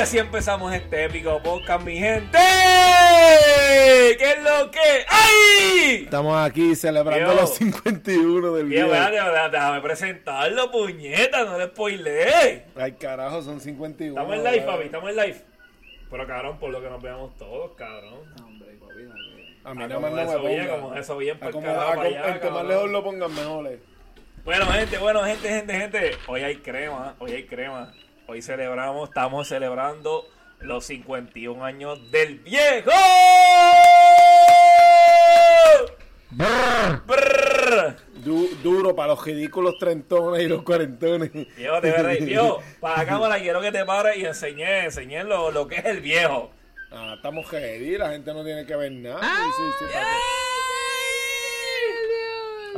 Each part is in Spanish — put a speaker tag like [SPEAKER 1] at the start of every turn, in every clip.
[SPEAKER 1] así empezamos este épico podcast, mi gente. ¿Qué es lo que hay?
[SPEAKER 2] Estamos aquí celebrando
[SPEAKER 1] Yo.
[SPEAKER 2] los 51 del
[SPEAKER 1] Tío, espérate,
[SPEAKER 2] día.
[SPEAKER 1] espérate, déjame presentarlo, puñeta, no le spoileé.
[SPEAKER 2] Ay, carajo, son 51.
[SPEAKER 1] Estamos en live,
[SPEAKER 2] brother.
[SPEAKER 1] papi, estamos en live. Pero cabrón, por lo que nos veamos todos, cabrón.
[SPEAKER 2] A mí
[SPEAKER 1] Ah,
[SPEAKER 2] no me
[SPEAKER 1] como
[SPEAKER 2] no me
[SPEAKER 1] eso bien,
[SPEAKER 2] pongan.
[SPEAKER 1] como eso bien,
[SPEAKER 2] A como-
[SPEAKER 1] para
[SPEAKER 2] a como-
[SPEAKER 1] allá,
[SPEAKER 2] Entre más
[SPEAKER 1] cabrón.
[SPEAKER 2] lejos lo pongan, mejor es.
[SPEAKER 1] Bueno, gente, bueno, gente, gente, gente. Hoy hay crema, hoy hay crema. Hoy celebramos, estamos celebrando los 51 años del viejo. Brr.
[SPEAKER 2] Du- duro para los ridículos trentones y los cuarentones.
[SPEAKER 1] Viejo, te voy a reír. Viejo, para la cámara quiero que te pares y enseñé, enseñé lo, lo que es el viejo.
[SPEAKER 2] Ah, estamos heavy, la gente no tiene que ver nada. Sí, sí, sí, ¿para qué?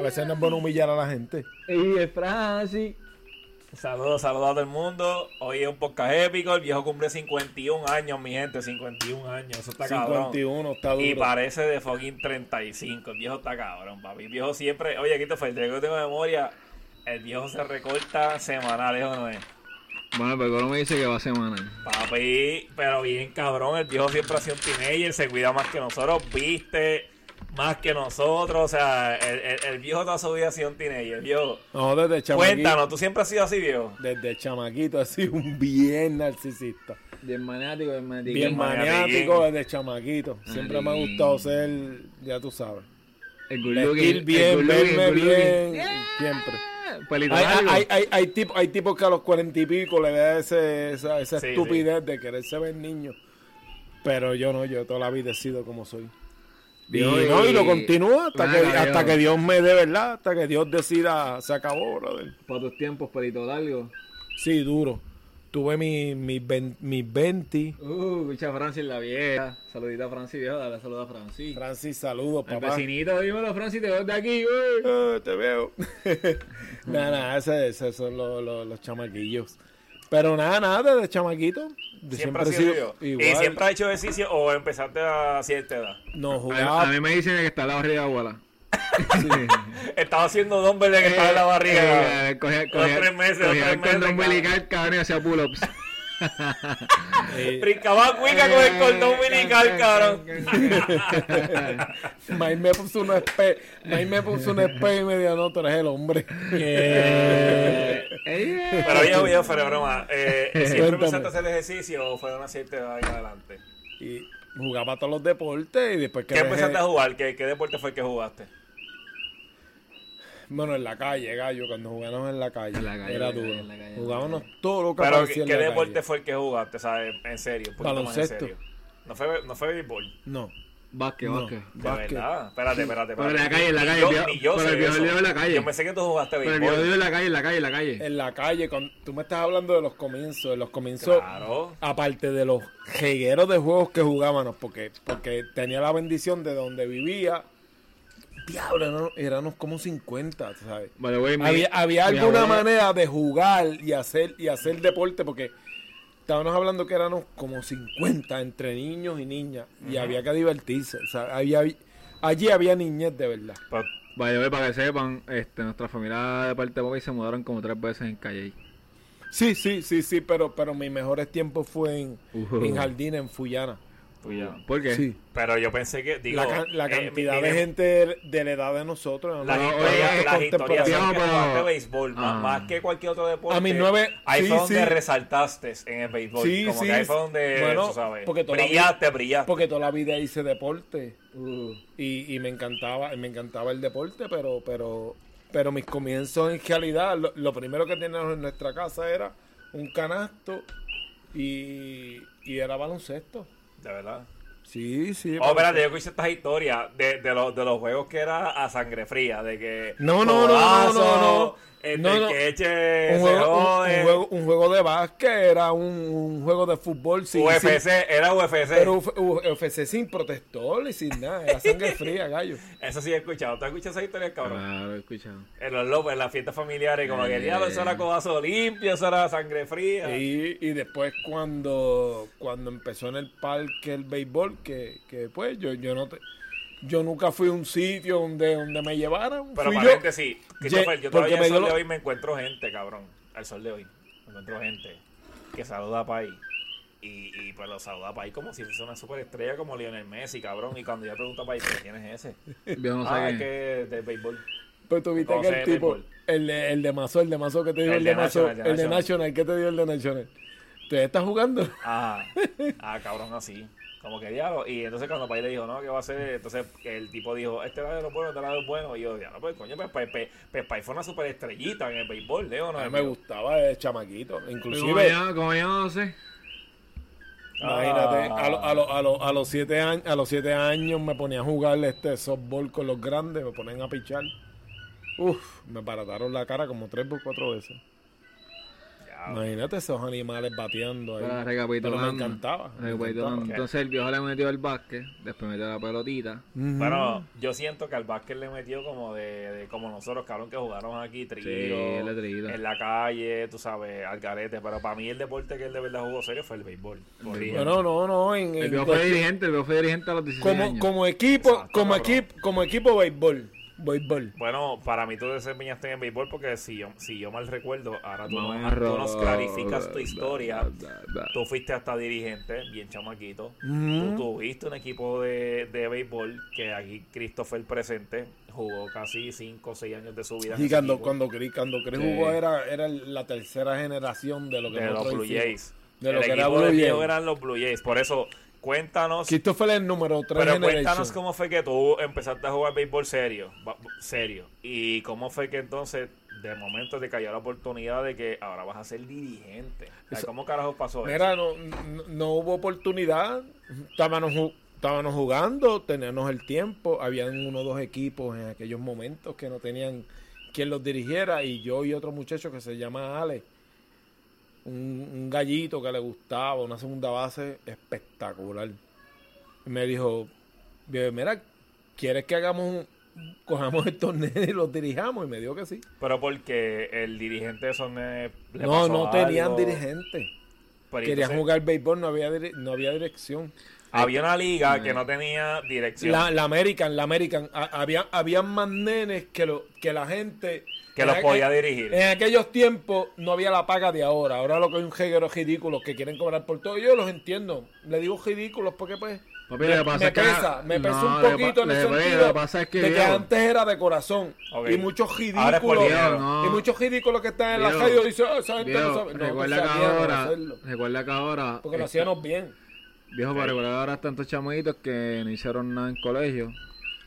[SPEAKER 2] A veces no es bueno humillar a la gente.
[SPEAKER 3] Y es Francis.
[SPEAKER 1] Saludos, saludos a todo el mundo. Hoy es un podcast épico. El viejo cumple 51 años, mi gente. 51 años. Eso está cabrón.
[SPEAKER 2] 51, está duro.
[SPEAKER 1] Y parece de fucking 35. El viejo está cabrón, papi. El viejo siempre. Oye, Christopher, desde que yo tengo memoria, el viejo se recorta semanal, eso no es.
[SPEAKER 3] Bueno, pero Coro me dice que va semana.
[SPEAKER 1] Papi, pero bien cabrón. El viejo siempre ha sido un teenager, se cuida más que nosotros, viste más que nosotros. O sea, el, el- el viejo toda su vida ha sido un teenager. Viejo,
[SPEAKER 2] No, desde chamaquito.
[SPEAKER 1] cuéntanos, tú siempre has sido así, viejo.
[SPEAKER 2] Desde chamaquito, así un bien narcisista.
[SPEAKER 3] Bien maniático, bien maniático.
[SPEAKER 2] Bien
[SPEAKER 1] maniático.
[SPEAKER 2] maniático desde chamaquito. Siempre me ha gustado ser, ya tú sabes.
[SPEAKER 3] El
[SPEAKER 2] Vestir bien, verme bien, siempre.
[SPEAKER 3] Eh,
[SPEAKER 2] Hay, hay, hay, hay, tipo- hay tipos que a los cuarenta y pico le da ese- esa, esa
[SPEAKER 1] Sí,
[SPEAKER 2] estupidez de quererse ver niño. Pero yo no, yo toda la vida he sido como soy. Y,
[SPEAKER 3] Dios,
[SPEAKER 2] no, y lo
[SPEAKER 3] y-
[SPEAKER 2] continúo hasta,
[SPEAKER 3] Claro,
[SPEAKER 2] que, hasta
[SPEAKER 3] Dios.
[SPEAKER 2] que Dios me dé verdad, hasta que Dios decida, se acabó, brother.
[SPEAKER 3] Para tus tiempos, pelito largo.
[SPEAKER 2] Sí, duro. Tuve mi- mis vein- mis 20.
[SPEAKER 3] Uh, escucha a Francis la vieja. Saludita a Francis vieja, dale saludo a Francis.
[SPEAKER 2] Francis, saludos,
[SPEAKER 3] el
[SPEAKER 2] papá.
[SPEAKER 3] vecinito, dímelo Francis, te veo de aquí, güey.
[SPEAKER 2] Ah, te veo. nada, nada, ese- esos son los, los, los chamaquillos. Pero nada, nada, de chamaquito. de
[SPEAKER 1] Siempre, has sido viejo.
[SPEAKER 2] igual.
[SPEAKER 1] Y siempre has hecho ejercicio o empezaste a cierta edad.
[SPEAKER 2] No
[SPEAKER 3] A, a
[SPEAKER 2] jugaba.
[SPEAKER 3] mí me dicen que está al lado arriba de abuela.
[SPEAKER 1] Estaba haciendo dumbbell de que
[SPEAKER 4] Eh,
[SPEAKER 1] estaba en la barriga.
[SPEAKER 3] Eh, eh, Cogía
[SPEAKER 1] Dos, tres meses,
[SPEAKER 3] cogía
[SPEAKER 1] dos, tres
[SPEAKER 3] el
[SPEAKER 1] meses,
[SPEAKER 3] condón
[SPEAKER 1] cabrón.
[SPEAKER 3] umbilical, cabrón, y hacía pull-ups.
[SPEAKER 2] eh,
[SPEAKER 1] Brincaba cuica con el cordón
[SPEAKER 4] eh,
[SPEAKER 1] umbilical, cabrón.
[SPEAKER 2] May eh, me puso una espe, May me puso una espe y me dijo, no, tú eres el hombre.
[SPEAKER 3] Eh, eh,
[SPEAKER 1] Pero viejo, viejo, fuera de broma. Eh, ¿Siempre
[SPEAKER 2] Cuéntame.
[SPEAKER 1] empezaste a hacer ejercicio o fue de una cierta edad en adelante?
[SPEAKER 2] y jugaba todos los deportes y después que
[SPEAKER 1] ¿Qué
[SPEAKER 2] dejé-
[SPEAKER 1] empezaste a jugar? ¿Qué, qué deporte fue el que jugaste?
[SPEAKER 2] Bueno, en la calle, gallo, cuando jugábamos en la calle.
[SPEAKER 3] En la calle,
[SPEAKER 2] era
[SPEAKER 3] en la
[SPEAKER 2] duro.
[SPEAKER 3] calle, en la calle, en la
[SPEAKER 2] Jugábamos todo lo que
[SPEAKER 1] Pero, ¿qué,
[SPEAKER 2] aparecía en
[SPEAKER 1] qué
[SPEAKER 2] la calle.
[SPEAKER 1] deporte fue el que jugaste? ¿Sabes? En serio, un poquito más en
[SPEAKER 2] Baloncesto.
[SPEAKER 1] serio. No fue, no fue béisbol.
[SPEAKER 2] No,
[SPEAKER 3] Básquet,
[SPEAKER 2] no.
[SPEAKER 3] básquet.
[SPEAKER 1] De
[SPEAKER 2] básquet.
[SPEAKER 1] verdad. Espérate, espérate,
[SPEAKER 3] Pero en
[SPEAKER 1] espérate.
[SPEAKER 3] la calle, en la
[SPEAKER 1] Ni
[SPEAKER 3] calle,
[SPEAKER 1] yo-
[SPEAKER 3] el viejo-
[SPEAKER 1] ni yo
[SPEAKER 3] pero
[SPEAKER 1] sé
[SPEAKER 3] el viejo
[SPEAKER 1] eso.
[SPEAKER 3] vive en la calle.
[SPEAKER 1] Yo pensé que tú jugaste
[SPEAKER 3] Pero yo vivo
[SPEAKER 1] béisbol.
[SPEAKER 3] en la calle, en la calle, en la calle.
[SPEAKER 2] en la calle, cuando, tú me estás hablando de los comienzos, de los comienzos,
[SPEAKER 1] Claro.
[SPEAKER 2] aparte de los jegueros de juegos que jugábamos, porque, porque tenía la bendición de donde vivía. Diablo, eran, éramos como 50, tú ¿sabes?
[SPEAKER 3] Vale, güey, mi-
[SPEAKER 2] Había, había
[SPEAKER 3] mi
[SPEAKER 2] alguna
[SPEAKER 3] abuela-
[SPEAKER 2] manera de jugar y hacer, y hacer deporte, porque estábamos hablando que éramos como 50 entre niños y niñas, y había que divertirse, o sea, había, allí había niñez de verdad.
[SPEAKER 1] Pero,
[SPEAKER 3] Vale, güey, para que sepan, este, nuestra familia de parte de papi se mudaron como tres veces en calle.
[SPEAKER 2] Sí, sí, sí, sí, pero, pero mis mejores tiempos fue en,
[SPEAKER 3] Ujú.
[SPEAKER 2] en Jardín, en Fullana.
[SPEAKER 3] ¿Por qué?
[SPEAKER 2] Sí.
[SPEAKER 1] pero yo pensé que. Digo,
[SPEAKER 2] la, can- la
[SPEAKER 1] eh,
[SPEAKER 2] cantidad
[SPEAKER 1] mi-
[SPEAKER 2] de
[SPEAKER 1] mi-
[SPEAKER 2] gente de, de la edad de nosotros.
[SPEAKER 1] Las
[SPEAKER 2] hermano.
[SPEAKER 3] No,
[SPEAKER 1] historias,
[SPEAKER 3] oye,
[SPEAKER 1] las historias son que
[SPEAKER 3] contemporáneo.
[SPEAKER 1] jugaste béisbol, más,
[SPEAKER 3] Ah.
[SPEAKER 1] más que cualquier otro deporte.
[SPEAKER 2] A mis nueve-
[SPEAKER 1] Ahí
[SPEAKER 2] sí,
[SPEAKER 1] fue donde
[SPEAKER 2] sí.
[SPEAKER 1] resaltaste en el béisbol.
[SPEAKER 2] Sí,
[SPEAKER 1] como
[SPEAKER 2] sí,
[SPEAKER 1] que ahí fue donde,
[SPEAKER 2] bueno,
[SPEAKER 1] tú sabes,
[SPEAKER 2] porque todavía-
[SPEAKER 1] brillaste, brillaste.
[SPEAKER 2] Porque toda la vida hice deporte
[SPEAKER 3] Uh,
[SPEAKER 2] y, y me encantaba y me encantaba el deporte, pero pero pero mis comienzos en realidad, lo, lo primero que teníamos en nuestra casa era un canasto y, y era baloncesto.
[SPEAKER 1] De verdad.
[SPEAKER 2] Sí, sí.
[SPEAKER 1] Oh, espérate, yo escuché estas historias de, de, los, de los juegos que era a sangre fría, de que...
[SPEAKER 2] No, no, no, no, no, no.
[SPEAKER 1] El
[SPEAKER 2] No, no.
[SPEAKER 1] que eche
[SPEAKER 2] un,
[SPEAKER 1] se
[SPEAKER 2] juego, un-
[SPEAKER 1] jode,
[SPEAKER 2] un juego, un juego de básquet, era un, un juego de fútbol. sin- sin-
[SPEAKER 1] UFC, era UFC.
[SPEAKER 2] Pero Uf- Uf- UFC sin protestor y sin nada, era sangre fría, gallo.
[SPEAKER 1] Eso sí he escuchado. ¿Tú has escuchado esas historias, cabrón?
[SPEAKER 2] Ah.
[SPEAKER 3] claro, he escuchado.
[SPEAKER 1] En los López, en las fiestas familiares, como que
[SPEAKER 3] Eh.
[SPEAKER 1] diablo, eso era codazo limpio, eso era sangre fría.
[SPEAKER 2] Y, y después cuando, cuando empezó en el parque el béisbol, que, que pues yo, yo no te- yo nunca fui a un sitio donde, donde me llevaran.
[SPEAKER 1] Pero
[SPEAKER 2] fui yo.
[SPEAKER 1] paréntesis, Christopher,
[SPEAKER 2] Ye-
[SPEAKER 1] yo
[SPEAKER 2] porque
[SPEAKER 1] todavía al
[SPEAKER 2] me
[SPEAKER 1] sol
[SPEAKER 2] dio
[SPEAKER 1] de
[SPEAKER 2] lo-
[SPEAKER 1] hoy me encuentro gente, cabrón. Al sol de hoy. Me encuentro gente que saluda a país. Y Y, y pues lo saluda para ahí como si fuese una superestrella como Lionel Messi, cabrón. Y cuando yo le pregunto para ahí, "¿Pero ¿quién es ese?
[SPEAKER 3] Yo no sé
[SPEAKER 1] ah,
[SPEAKER 3] quién
[SPEAKER 1] es
[SPEAKER 3] es.
[SPEAKER 1] que del béisbol.
[SPEAKER 2] Pero tuviste
[SPEAKER 1] Entonces,
[SPEAKER 2] que el tipo,
[SPEAKER 1] béisbol.
[SPEAKER 2] el de, el de Mazo, el de Mazo que te dio
[SPEAKER 1] El
[SPEAKER 2] el, de
[SPEAKER 1] de
[SPEAKER 2] Mazo,
[SPEAKER 1] Nacional, el de
[SPEAKER 2] el de
[SPEAKER 1] Nacional.
[SPEAKER 2] Nacional, ¿qué te dio el de Nacional? ¿Te estás jugando?
[SPEAKER 1] Ah, ah, cabrón, así. Como que diablo. Y entonces cuando Pai le dijo, no, ¿qué va a hacer? Entonces el tipo dijo, este lado es lo bueno, este lado es bueno. Y yo, diablo, pues coño, pues, pues, pues, pues Pai fue una superestrellita en el béisbol, Leo, ¿no?
[SPEAKER 2] A mí me gustaba el chamaquito.
[SPEAKER 3] Como
[SPEAKER 2] Inclusive,
[SPEAKER 3] yo, como yo no sé.
[SPEAKER 2] imagínate,
[SPEAKER 1] Ah.
[SPEAKER 2] a, lo- a, lo- a, lo- a los siete años, a los siete años me ponía a jugar este softball con los grandes, me ponían a pichar. Uf, me barataron la cara como tres por cuatro veces.
[SPEAKER 1] Diablo.
[SPEAKER 2] Imagínate esos animales bateando ahí.
[SPEAKER 3] Para
[SPEAKER 2] Pero
[SPEAKER 3] recapitulando.
[SPEAKER 2] me encantaba. me
[SPEAKER 3] Recapitulando.
[SPEAKER 2] encantaba.
[SPEAKER 3] Entonces el viejo le metió el básquet, después metió la pelotita.
[SPEAKER 2] Ujú.
[SPEAKER 1] Bueno, yo siento que al básquet le metió como de, de- como nosotros, cabrón, que jugaron aquí trío,
[SPEAKER 3] el de trío.
[SPEAKER 1] en la calle, tú sabes, al garete. Pero para mí el deporte que él de verdad jugó serio fue el béisbol.
[SPEAKER 3] béisbol.
[SPEAKER 1] Por ejemplo.
[SPEAKER 2] Bueno, no, no, en,
[SPEAKER 3] El
[SPEAKER 2] en
[SPEAKER 3] viejo fue
[SPEAKER 2] cuestión-
[SPEAKER 3] dirigente, el viejo fue dirigente a los 16
[SPEAKER 2] como,
[SPEAKER 3] años.
[SPEAKER 2] como equipo,
[SPEAKER 1] Exacto,
[SPEAKER 2] como
[SPEAKER 1] cabrón.
[SPEAKER 2] equipo, como equipo béisbol, béisbol.
[SPEAKER 1] Bueno, para mí tú desempeñaste en béisbol porque si yo, si yo mal recuerdo, ahora tú,
[SPEAKER 3] Vamos
[SPEAKER 1] no-
[SPEAKER 3] a
[SPEAKER 1] tú nos
[SPEAKER 3] ro-
[SPEAKER 1] clarificas tu
[SPEAKER 3] da,
[SPEAKER 1] historia.
[SPEAKER 3] da, da.
[SPEAKER 1] Tú fuiste hasta dirigente, bien chamaquito.
[SPEAKER 2] Ujú.
[SPEAKER 1] Tú tuviste un equipo de, de béisbol que aquí Christopher presente jugó casi 5 o 6 años de su vida. en
[SPEAKER 2] Y
[SPEAKER 1] ese
[SPEAKER 2] cuando,
[SPEAKER 1] equipo
[SPEAKER 2] cuando, Cri- cuando Cris
[SPEAKER 3] Sí.
[SPEAKER 2] jugó era, era la tercera generación de lo que
[SPEAKER 1] de los
[SPEAKER 2] nosotros
[SPEAKER 1] Blue
[SPEAKER 2] hicimos.
[SPEAKER 1] Jays.
[SPEAKER 2] De lo
[SPEAKER 1] el
[SPEAKER 2] que era
[SPEAKER 1] equipo
[SPEAKER 2] Blue
[SPEAKER 1] de
[SPEAKER 2] Jays.
[SPEAKER 1] Diego eran los Blue Jays. Por eso, cuéntanos.
[SPEAKER 2] Christopher es el número 3
[SPEAKER 1] Pero cuéntanos cómo fue que tú empezaste a jugar béisbol serio, ba- serio. Y cómo fue que entonces, de momento, te cayó la oportunidad de que ahora vas a ser dirigente. O sea,
[SPEAKER 2] Eso-
[SPEAKER 1] ¿Cómo carajo pasó eso?
[SPEAKER 2] Mira, no, no, no hubo oportunidad, estábamos, ju- estábamos jugando, teníamos el tiempo, habían uno o dos equipos en aquellos momentos que no tenían quien los dirigiera y yo y otro muchacho que se llama Ale, un, un gallito que le gustaba, una segunda base espectacular. Y me dijo, "Bien, mira, ¿quieres que hagamos un- cojamos estos nenes y los dirijamos? Y me dijo que sí.
[SPEAKER 1] Pero porque el dirigente de esos nenes le
[SPEAKER 2] No,
[SPEAKER 1] pasó
[SPEAKER 2] no
[SPEAKER 1] algo.
[SPEAKER 2] tenían dirigente.
[SPEAKER 1] Pero
[SPEAKER 2] Querían
[SPEAKER 1] entonces,
[SPEAKER 2] jugar béisbol, no había, dire- no había dirección.
[SPEAKER 1] Había una liga
[SPEAKER 3] Ah.
[SPEAKER 1] que no tenía dirección.
[SPEAKER 2] La, la American, la American. Ha- había, habían más nenes que, lo, que la gente.
[SPEAKER 1] Que
[SPEAKER 2] en
[SPEAKER 1] los
[SPEAKER 2] aqu-
[SPEAKER 1] podía dirigir.
[SPEAKER 2] En aquellos tiempos no había la paga de ahora. Ahora lo que hay un jeguero ridículo que quieren cobrar por todo. Yo los entiendo. Le digo ridículos porque pues.
[SPEAKER 3] Papi, lo que pasa
[SPEAKER 2] me
[SPEAKER 3] es que-
[SPEAKER 2] pesa, me pesa
[SPEAKER 3] no,
[SPEAKER 2] un
[SPEAKER 3] lo que
[SPEAKER 2] poquito
[SPEAKER 3] pa-
[SPEAKER 2] en
[SPEAKER 3] lo
[SPEAKER 2] el
[SPEAKER 3] que- lo que
[SPEAKER 2] sentido
[SPEAKER 3] pasa es que,
[SPEAKER 2] de que
[SPEAKER 3] viejo-
[SPEAKER 2] antes era de corazón.
[SPEAKER 1] Ok.
[SPEAKER 2] Y muchos
[SPEAKER 1] Ahora es por
[SPEAKER 2] ridículos.
[SPEAKER 1] dinero,
[SPEAKER 2] Y
[SPEAKER 3] no.
[SPEAKER 2] muchos ridículos que están en la
[SPEAKER 3] Viejo,
[SPEAKER 2] calle y dicen, "Ah, esa gente
[SPEAKER 3] Viejo,
[SPEAKER 2] no sabe. No, tú
[SPEAKER 3] recuerda que
[SPEAKER 2] sabías
[SPEAKER 3] ahora,
[SPEAKER 2] hacerlo,
[SPEAKER 3] recuerda que ahora,
[SPEAKER 2] porque lo
[SPEAKER 3] este,
[SPEAKER 2] hacíamos bien.
[SPEAKER 3] viejo, pero recuerda que ahora tantos chamaguitos que no hicieron nada en colegio,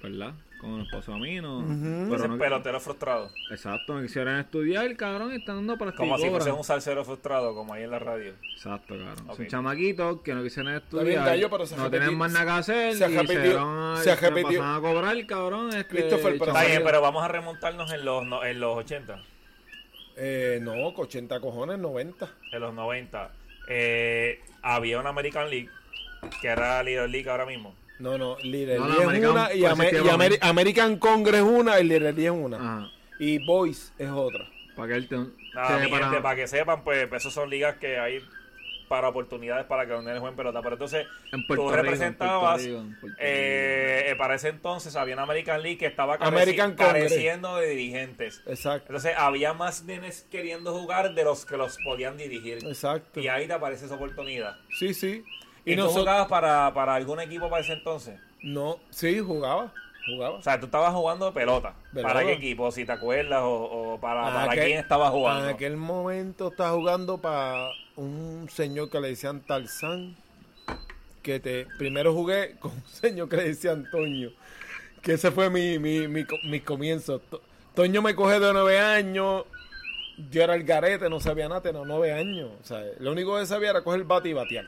[SPEAKER 3] ¿verdad? Como nos pasó a mí, no, pero
[SPEAKER 1] Ese
[SPEAKER 3] no-
[SPEAKER 1] pelotero frustrado.
[SPEAKER 3] exacto, no quisieron estudiar, cabrón, y están dando para
[SPEAKER 1] Como si fuese un salsero frustrado, como ahí en la radio.
[SPEAKER 3] Exacto, cabrón.
[SPEAKER 1] Ok.
[SPEAKER 3] Son chamaquitos que no quisieron estudiar.
[SPEAKER 2] bien, gallo, pero se
[SPEAKER 3] no
[SPEAKER 2] repitió-
[SPEAKER 3] tienen más nada que hacer.
[SPEAKER 2] se
[SPEAKER 3] y
[SPEAKER 2] repitió-
[SPEAKER 3] dieron a-
[SPEAKER 2] se
[SPEAKER 3] le
[SPEAKER 2] repitió.
[SPEAKER 3] pasaban a cobrar, cabrón. Este,
[SPEAKER 2] Christopher, pero-
[SPEAKER 1] Está bien,
[SPEAKER 3] chamaquito.
[SPEAKER 1] pero vamos a remontarnos en los, no- en los 80.
[SPEAKER 2] Eh, no, 80 cojones, 90.
[SPEAKER 1] de los 90, eh, había una American League, que era Little League ahora mismo.
[SPEAKER 2] No, no, Little
[SPEAKER 3] No, no,
[SPEAKER 2] League es
[SPEAKER 3] American
[SPEAKER 2] una y,
[SPEAKER 3] Boys
[SPEAKER 2] Ame-
[SPEAKER 3] es que
[SPEAKER 2] y
[SPEAKER 3] vamos.
[SPEAKER 2] Ameri- American Congress es una y Little League es una.
[SPEAKER 3] Ajá.
[SPEAKER 2] Y Boys es otra.
[SPEAKER 3] Para que él te.
[SPEAKER 1] Nada,
[SPEAKER 3] se-
[SPEAKER 1] mi
[SPEAKER 3] para-
[SPEAKER 1] gente, para que sepan, pues esas son ligas que hay para oportunidades para que los nenes jueguen pelota. Pero entonces,
[SPEAKER 3] En Puerto Rico,
[SPEAKER 1] tú
[SPEAKER 3] en
[SPEAKER 1] representabas,
[SPEAKER 3] Puerto Rico, en Puerto
[SPEAKER 1] eh, eh, para ese entonces había una American League que estaba careci-
[SPEAKER 2] American Congress.
[SPEAKER 1] careciendo de dirigentes.
[SPEAKER 2] Exacto.
[SPEAKER 1] Entonces, había más nenes queriendo jugar de los que los podían dirigir.
[SPEAKER 2] Exacto.
[SPEAKER 1] Y ahí te aparece esa oportunidad.
[SPEAKER 2] Sí, sí.
[SPEAKER 1] ¿Y,
[SPEAKER 2] Y
[SPEAKER 1] tú
[SPEAKER 2] nosotros.
[SPEAKER 1] jugabas para, para algún equipo para ese entonces?
[SPEAKER 2] No, sí, jugaba. Jugaba.
[SPEAKER 1] O sea, tú estabas jugando pelota.
[SPEAKER 2] Pelota.
[SPEAKER 1] ¿Para qué equipo? Si te acuerdas, o, o para, para
[SPEAKER 2] Aquel-
[SPEAKER 1] quién estabas jugando.
[SPEAKER 2] En aquel momento estaba jugando para un señor que le decían Tarzán. Que te, primero jugué con un señor que le decía Antonio. Que ese fue mi, mi, mi, co- mi comienzo. To- Toño me coge de nueve años. Yo era el garete, no sabía nada, tenía nueve años. O sea, lo único que sabía era coger bate y batear.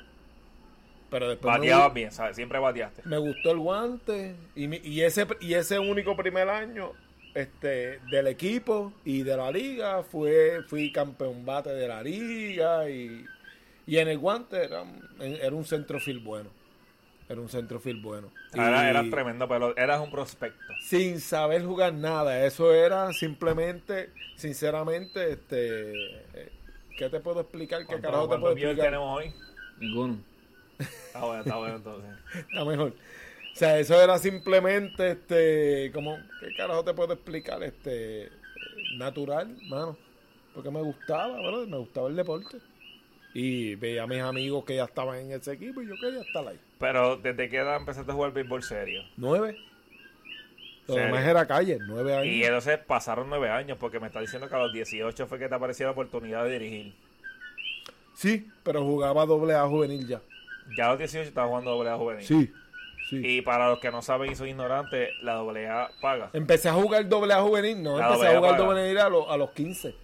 [SPEAKER 2] Pero después me
[SPEAKER 1] Bateabas bien, ¿sabes? Siempre bateaste.
[SPEAKER 2] me gustó el guante y, mi- y ese y ese único primer año este del equipo y de la liga fue fui campeón bate de la liga y, y en el guante era, un- era un centrofield bueno era un centrofield bueno
[SPEAKER 1] Ah, Era,
[SPEAKER 2] Y
[SPEAKER 1] eras tremendo pelota. Eras un prospecto.
[SPEAKER 2] sin saber jugar nada eso era simplemente sinceramente este eh, qué te puedo explicar qué
[SPEAKER 1] ¿Cuántos
[SPEAKER 2] carajo te puedo
[SPEAKER 1] cuántos viewers
[SPEAKER 2] explicar
[SPEAKER 1] tenemos hoy?
[SPEAKER 3] Ninguno.
[SPEAKER 1] Está bueno, está bueno entonces.
[SPEAKER 2] Está mejor. O sea, eso era simplemente, este, como, ¿qué carajo te puedo explicar? Este, natural, mano. Porque me gustaba, bro, me gustaba el deporte. Y veía a mis amigos que ya estaban en ese equipo y yo quería estar ahí.
[SPEAKER 1] Pero desde qué edad empezaste a jugar béisbol serio.
[SPEAKER 2] Nueve. Lo
[SPEAKER 1] Serio.
[SPEAKER 2] demás era calle, nueve años.
[SPEAKER 1] Y entonces pasaron nueve años, porque me está diciendo que a los 18 fue que te apareció la oportunidad de dirigir.
[SPEAKER 2] Sí, pero jugaba doble A juvenil ya.
[SPEAKER 1] Ya a los 18 estabas jugando doble A juvenil.
[SPEAKER 2] Sí, sí.
[SPEAKER 1] Y para los que no saben y son ignorantes, la doble A paga.
[SPEAKER 2] Empecé a jugar doble A juvenil, no,
[SPEAKER 1] La
[SPEAKER 2] empecé
[SPEAKER 1] Ah, doble
[SPEAKER 2] a
[SPEAKER 1] A
[SPEAKER 2] jugar
[SPEAKER 1] para-
[SPEAKER 2] doble A a, lo- a los 15.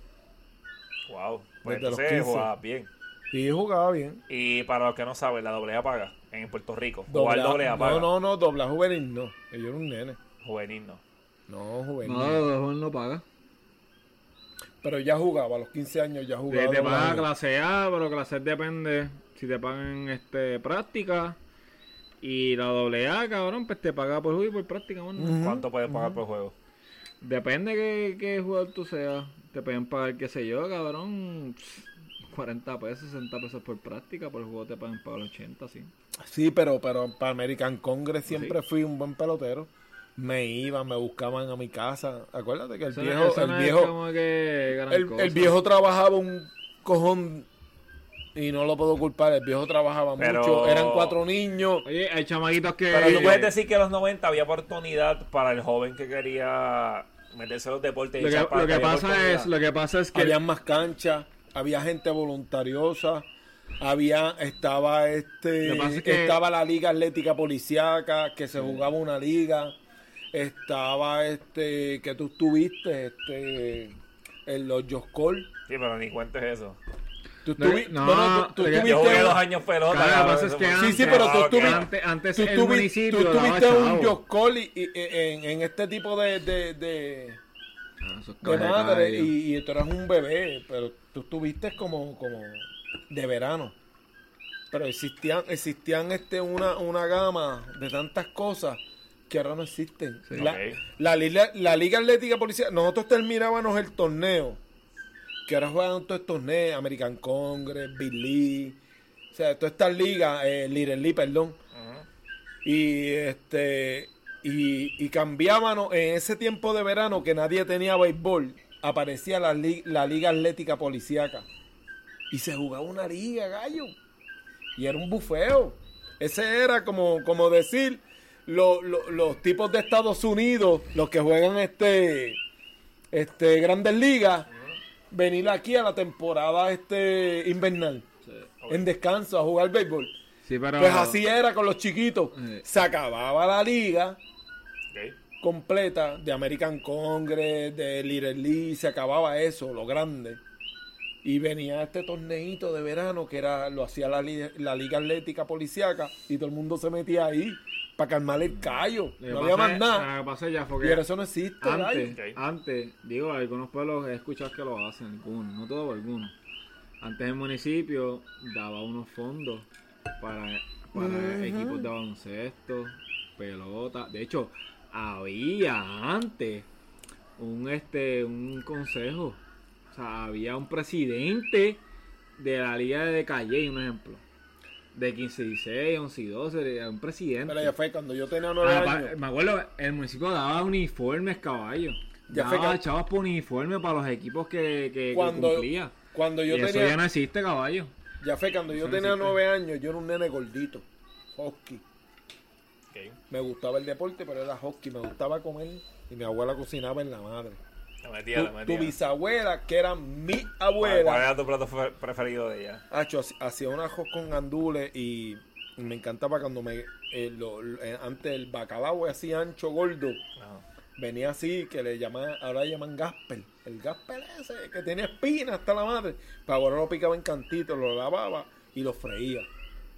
[SPEAKER 1] Wow. Pues
[SPEAKER 2] Desde los
[SPEAKER 1] entonces
[SPEAKER 2] 15.
[SPEAKER 1] jugabas bien.
[SPEAKER 2] Y jugaba bien.
[SPEAKER 1] Y para los que no saben, la doble A paga en Puerto Rico.
[SPEAKER 2] Doble
[SPEAKER 1] Jugar doble A paga.
[SPEAKER 2] No, no, no, doble A juvenil no. Yo era un nene.
[SPEAKER 1] Juvenil no.
[SPEAKER 2] No, juvenil.
[SPEAKER 4] No, los jóvenes no paga.
[SPEAKER 2] Pero ya jugaba, a los 15 años ya jugaba.
[SPEAKER 4] Sí, te
[SPEAKER 2] doble A
[SPEAKER 4] paga
[SPEAKER 2] juvenil.
[SPEAKER 4] clase A, pero clase A depende si te pagan este práctica. Y la doble A, cabrón, pues te paga por juego y por práctica, mano.
[SPEAKER 1] ¿Cuánto puedes pagar por juego?
[SPEAKER 4] Depende que, que jugador tú seas. Te pueden pagar, qué sé yo, cabrón, 40 pesos, 60 pesos por práctica. Por el juego te pueden pagar 80, sí.
[SPEAKER 2] Sí, pero, pero para American Congress siempre fui un buen pelotero. Me iban, me buscaban a mi casa. Acuérdate que el
[SPEAKER 4] Eso no-
[SPEAKER 2] viejo,
[SPEAKER 4] eso
[SPEAKER 2] el
[SPEAKER 4] no es
[SPEAKER 2] viejo,
[SPEAKER 4] como que gran
[SPEAKER 2] el,
[SPEAKER 4] cosa.
[SPEAKER 2] el viejo trabajaba un cojón y no lo puedo culpar. El viejo trabajaba
[SPEAKER 1] Pero-
[SPEAKER 2] mucho. Eran cuatro niños.
[SPEAKER 4] Oye, hay chamaguitos que.
[SPEAKER 1] Pero tú puedes decir que a los 90 había oportunidad para el joven que quería meterse en los deportes. y
[SPEAKER 4] Lo que,
[SPEAKER 1] echar para
[SPEAKER 4] lo que
[SPEAKER 1] había
[SPEAKER 4] pasa
[SPEAKER 1] oportunidad.
[SPEAKER 4] es, lo que pasa es que.
[SPEAKER 2] Habían más canchas, había gente voluntariosa. Había, estaba este,
[SPEAKER 4] Lo que pasa es que-
[SPEAKER 2] estaba la liga atlética policiaca, que se jugaba una liga, estaba este, que tú estuviste, este, en los Joscol,
[SPEAKER 1] Sí, pero ni cuentes eso.
[SPEAKER 2] Tú
[SPEAKER 4] No,
[SPEAKER 2] estuvi-
[SPEAKER 4] no,
[SPEAKER 2] bueno, tú- tú
[SPEAKER 4] yo
[SPEAKER 2] estuviste-
[SPEAKER 1] Yo jugué dos años pelota.
[SPEAKER 4] Claro,
[SPEAKER 1] cabrón,
[SPEAKER 4] lo que pasa es
[SPEAKER 1] eso
[SPEAKER 4] que
[SPEAKER 1] fue-
[SPEAKER 2] Sí, sí,
[SPEAKER 4] antes-
[SPEAKER 2] pero tú
[SPEAKER 1] Ah, ok.
[SPEAKER 2] estuviste,
[SPEAKER 4] Antes- antes
[SPEAKER 2] tú
[SPEAKER 4] el
[SPEAKER 2] estuvi-
[SPEAKER 4] municipio
[SPEAKER 2] tú
[SPEAKER 4] daba
[SPEAKER 2] estuviste un
[SPEAKER 4] chavo.
[SPEAKER 2] Joscol y- y- en, en este tipo de, de, de-
[SPEAKER 4] Ah, eso es
[SPEAKER 2] de
[SPEAKER 4] calle,
[SPEAKER 2] madre
[SPEAKER 4] calle.
[SPEAKER 2] y, y tú eras un bebé, pero tú estuviste como, como de verano. Pero existían, existían este una, una gama de tantas cosas que ahora no existen.
[SPEAKER 4] Sí.
[SPEAKER 2] La,
[SPEAKER 1] Ok.
[SPEAKER 2] la liga, la Liga Atlética Policía, nosotros terminábamos el torneo, que ahora juegan todos estos torneos, American Congress, Big League, o sea, todas estas ligas, eh, Little League, perdón,
[SPEAKER 1] Ujú.
[SPEAKER 2] y este y, y cambiábamos en ese tiempo de verano que nadie tenía béisbol aparecía la, li- la liga atlética policíaca y se jugaba una liga gallo y era un bufeo ese era como como decir lo- lo- los tipos de Estados Unidos los que juegan este este grandes ligas venir aquí a la temporada este invernal en descanso a jugar béisbol
[SPEAKER 4] Sí, pero.
[SPEAKER 2] pues así era con los chiquitos.
[SPEAKER 4] Sí.
[SPEAKER 2] Se acababa la liga
[SPEAKER 1] Ok.
[SPEAKER 2] completa de American Congress, de Little League, se acababa eso, lo grande. Y venía este torneito de verano que era lo hacía la, li- la Liga Atlética Policiaca y todo el mundo se metía ahí para calmar el callo.
[SPEAKER 4] Lo que
[SPEAKER 2] No había
[SPEAKER 4] pasa
[SPEAKER 2] más
[SPEAKER 4] es-
[SPEAKER 2] nada.
[SPEAKER 4] Lo que pasa ya fue
[SPEAKER 2] Y
[SPEAKER 4] que
[SPEAKER 2] ahora eso no existe. gallo.
[SPEAKER 4] antes,
[SPEAKER 1] gallo. Ok.
[SPEAKER 4] antes, digo, algunos pueblos he escuchado que lo hacen, algunos, no todos, algunos. Antes el municipio daba unos fondos para, para equipos de baloncesto, pelota. De hecho, había antes un este un consejo. O sea, había un presidente de la liga de Calle, un ejemplo. De 15 y 16, 11 y 12, era un presidente.
[SPEAKER 2] Pero ya fue cuando yo tenía nueve
[SPEAKER 4] Ah, pa-
[SPEAKER 2] años.
[SPEAKER 4] me acuerdo, el municipio daba uniformes, caballo.
[SPEAKER 2] Ya
[SPEAKER 4] daba
[SPEAKER 2] fue que-
[SPEAKER 4] chavos por uniforme para los equipos que, que, que
[SPEAKER 2] Cuando,
[SPEAKER 4] cumplía.
[SPEAKER 2] cuando
[SPEAKER 4] Y
[SPEAKER 2] yo
[SPEAKER 4] eso
[SPEAKER 2] tenía
[SPEAKER 4] ya no existe, caballo.
[SPEAKER 2] Ya fue cuando yo
[SPEAKER 4] no
[SPEAKER 2] tenía
[SPEAKER 4] existe.
[SPEAKER 2] nueve años, yo era un nene gordito, husky.
[SPEAKER 1] Ok.
[SPEAKER 2] Me gustaba el deporte, pero era husky, me gustaba comer y mi abuela cocinaba en la madre.
[SPEAKER 1] La metía, la
[SPEAKER 2] tu, tu
[SPEAKER 1] metía.
[SPEAKER 2] bisabuela, que era mi
[SPEAKER 1] ¿Cuál cuál
[SPEAKER 2] abuela,
[SPEAKER 1] era tu plato fe- preferido de ella?
[SPEAKER 2] hacho, hac- hacía un ajo con gandules y me encantaba cuando me... eh, lo- lo- eh, antes el bacalao así ancho, gordo,
[SPEAKER 1] Ajá.
[SPEAKER 2] venía así, que le llaman, ahora le llaman gasper. El gasper ese, que tenía espinas hasta la madre. Pero ahora lo picaba en cantitos, lo lavaba y lo freía.